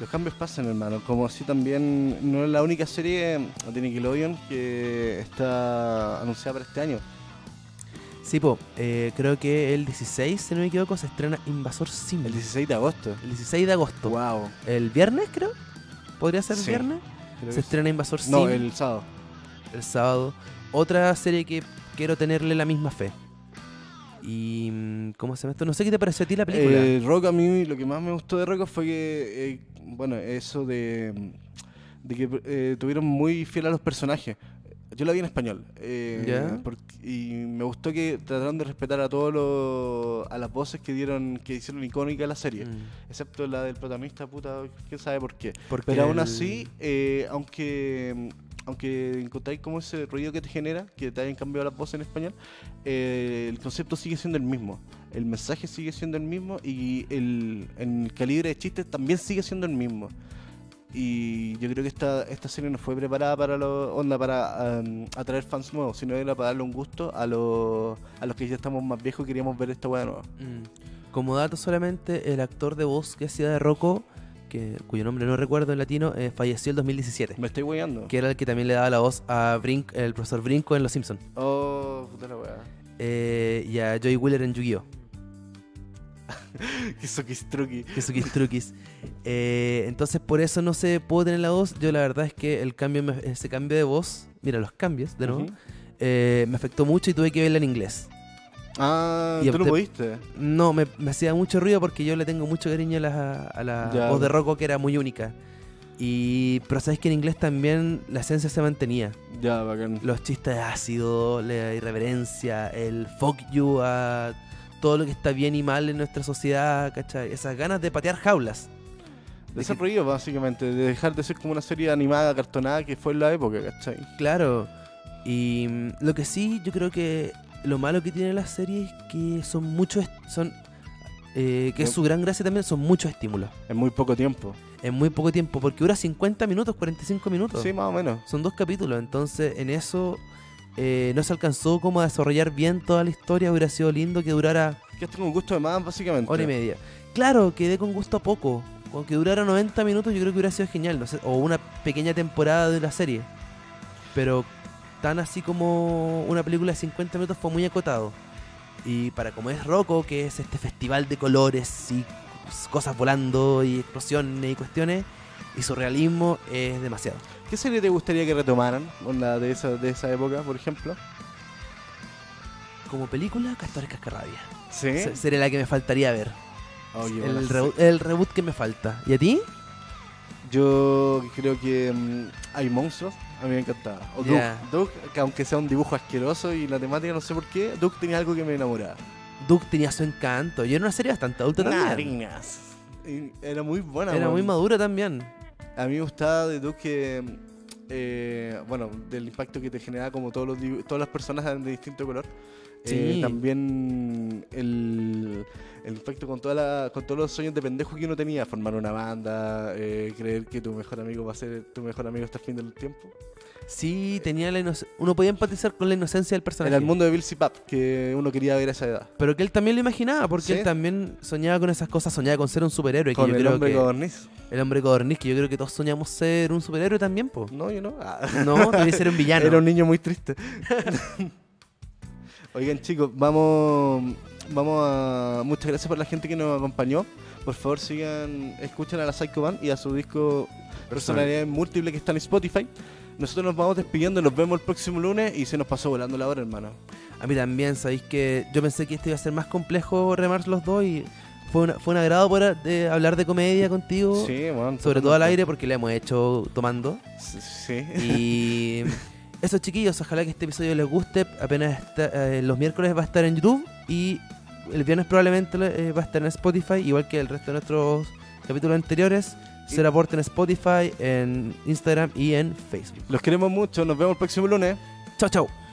S2: Los cambios pasan, hermano. Como así también no es la única serie de Nickelodeon que está anunciada para este año.
S3: Sí, po, eh, creo que el 16, si no me equivoco, se estrena Invasor Sim.
S2: El 16 de agosto.
S3: El 16 de agosto.
S2: Wow.
S3: el viernes, creo. ¿Podría ser el
S2: Sí.
S3: viernes? Se estrena Invasor Sim
S2: No,
S3: el...
S2: el sábado.
S3: sábado. Otra serie que quiero tenerle la misma fe. Y. mm, ¿Cómo se llama esto? No sé qué te pareció a ti la película.
S2: Eh, Rock a mí lo que más me gustó de Rock fue que, eh, bueno, eso de, de que eh, tuvieron muy fiel a los personajes. Yo la vi en español. eh,
S3: Ya.
S2: por- y me gustó que trataron de respetar a todos los, a las voces que dieron, que hicieron icónica la serie.
S3: Mm,
S2: Excepto la del protagonista, puta, quién sabe por qué.
S3: porque
S2: Pero aún
S3: el-
S2: así, eh, aunque aunque encontráis como ese ruido que te genera, que te hayan cambiado la voz en español, eh, el concepto sigue siendo el mismo. El mensaje sigue siendo el mismo y el, el calibre de chistes también sigue siendo el mismo. Y yo creo que esta, esta serie no fue preparada para lo, onda para em, atraer fans nuevos, sino era para darle un gusto a los, a los que ya estamos más viejos y queríamos ver esta weá nueva.
S3: Mm. Como dato solamente, el actor de voz que hacía de Rocco, que, cuyo nombre no recuerdo en latino, eh, falleció el 2017.
S2: Me estoy weyando.
S3: Que era el que también le daba la voz a Brink, el profesor Brinco en Los Simpsons.
S2: Oh, puta la weá.
S3: Eh, y a Joey Wheeler en Yu-Gi-Oh!
S2: Qué soquistruqui.
S3: que son truquis. Eh, entonces por eso no se pudo tener la voz. Yo la verdad es que el cambio, me- ese cambio de voz, mira los cambios de nuevo,
S2: Ujú.
S3: eh, me afectó mucho y tuve que verla en inglés.
S2: Ah,
S3: Y
S2: tú lo
S3: te-
S2: pudiste.
S3: No, me, me hacía mucho ruido porque yo le tengo mucho cariño a la, a la
S2: Ya.
S3: voz de Rocco que era muy única. Y, pero sabes que en inglés también la esencia se mantenía.
S2: Ya, bacán.
S3: Los chistes ácidos, la irreverencia, el fuck you a todo lo que está bien y mal en nuestra sociedad, ¿cachai? Esas ganas de patear jaulas.
S2: De ese
S3: que-
S2: ruido, básicamente, de dejar de ser como una serie animada, cartonada que fue en la época, ¿cachai?
S3: Claro. Y mm, lo que sí, yo creo que lo malo que tiene la serie es que son muchos, est- son eh, que es su gran gracia también, son muchos estímulos.
S2: En muy poco tiempo.
S3: En muy poco tiempo, porque dura 50 minutos, 45 minutos.
S2: Sí, más o menos.
S3: Son dos capítulos, entonces en eso eh, no se alcanzó como a desarrollar bien toda la historia. Hubiera sido lindo que durara
S2: Que tengo un gusto de más, básicamente.
S3: hora y media. Claro, quedé con gusto a poco. Aunque durara 90 minutos, yo creo que hubiera sido genial. no sé, o una pequeña temporada de la serie. Pero tan así como una película de 50 minutos fue muy acotado. Y para como es Rocco, que es este festival de colores y cosas volando y explosiones y cuestiones, y su realismo es demasiado.
S2: ¿Qué serie te gustaría que retomaran? Onda de esa, de esa época, por ejemplo.
S3: Como película, Castores Cascarrabia.
S2: Sí. Oh,
S3: Se- Sería la que me faltaría ver.
S2: Oye, bueno,
S3: el, rebo- el reboot que me falta. ¿Y a ti?
S2: Yo creo que mm, hay monstruos. A mí me encantaba. O Doug.
S3: Ya.
S2: Doug, que aunque sea un dibujo asqueroso y la temática no sé por qué, Doug tenía algo que me enamoraba.
S3: Duke tenía su encanto. Y era una serie bastante adulta también.
S2: Narinas. Y Era muy buena.
S3: Era
S2: weón.
S3: muy madura también.
S2: A mí me gustaba de Doug que... mm, eh, bueno, del impacto que te generaba como todos los, dibu- todas las personas eran de distinto color. Eh,
S3: Sí.
S2: también el, el impacto con, toda la- con todos los sueños de pendejo que uno tenía, formar una banda, eh, creer que tu mejor amigo va a ser tu mejor amigo hasta el fin del tiempo.
S3: Sí, tenía la inoc- Uno podía empatizar con la inocencia del personaje.
S2: Era el mundo de Bill C. Pap, que uno quería ver a esa edad.
S3: Pero que él también lo imaginaba, porque
S2: Sí.
S3: él también soñaba con esas cosas, soñaba con ser un superhéroe. Que
S2: Con
S3: yo
S2: el
S3: creo
S2: hombre
S3: que,
S2: codorniz.
S3: El hombre codorniz, que yo creo que todos soñamos ser un superhéroe también, po.
S2: No, yo no. Ah.
S3: No, debe ser un villano.
S2: Era un niño muy triste. Oigan, chicos, vamos. Vamos a. Muchas gracias por la gente que nos acompañó. Por favor, sigan. Escuchen a la Psycho Band y a su disco Personalidad Múltiple que está en Spotify. Nosotros nos vamos despidiendo, nos vemos el próximo lunes y se nos pasó volando la hora, hermano.
S3: A mí también, sabéis que yo pensé que esto iba a ser más complejo remar los dos y fue, una- fue un agrado poder eh, hablar de comedia contigo.
S2: Sí, bueno,
S3: Sobre todo al aire, porque la hemos hecho tomando.
S2: Sí.
S3: Y eso, chiquillos, ojalá que este episodio les guste. Apenas está- eh, los miércoles va a estar en YouTube y el viernes probablemente eh, va a estar en Spotify, igual que el resto de nuestros capítulos anteriores.
S2: Y-
S3: Ser aporte en Spotify, en Instagram y en Facebook.
S2: Los queremos mucho, nos vemos el próximo lunes.
S3: Chao, chao.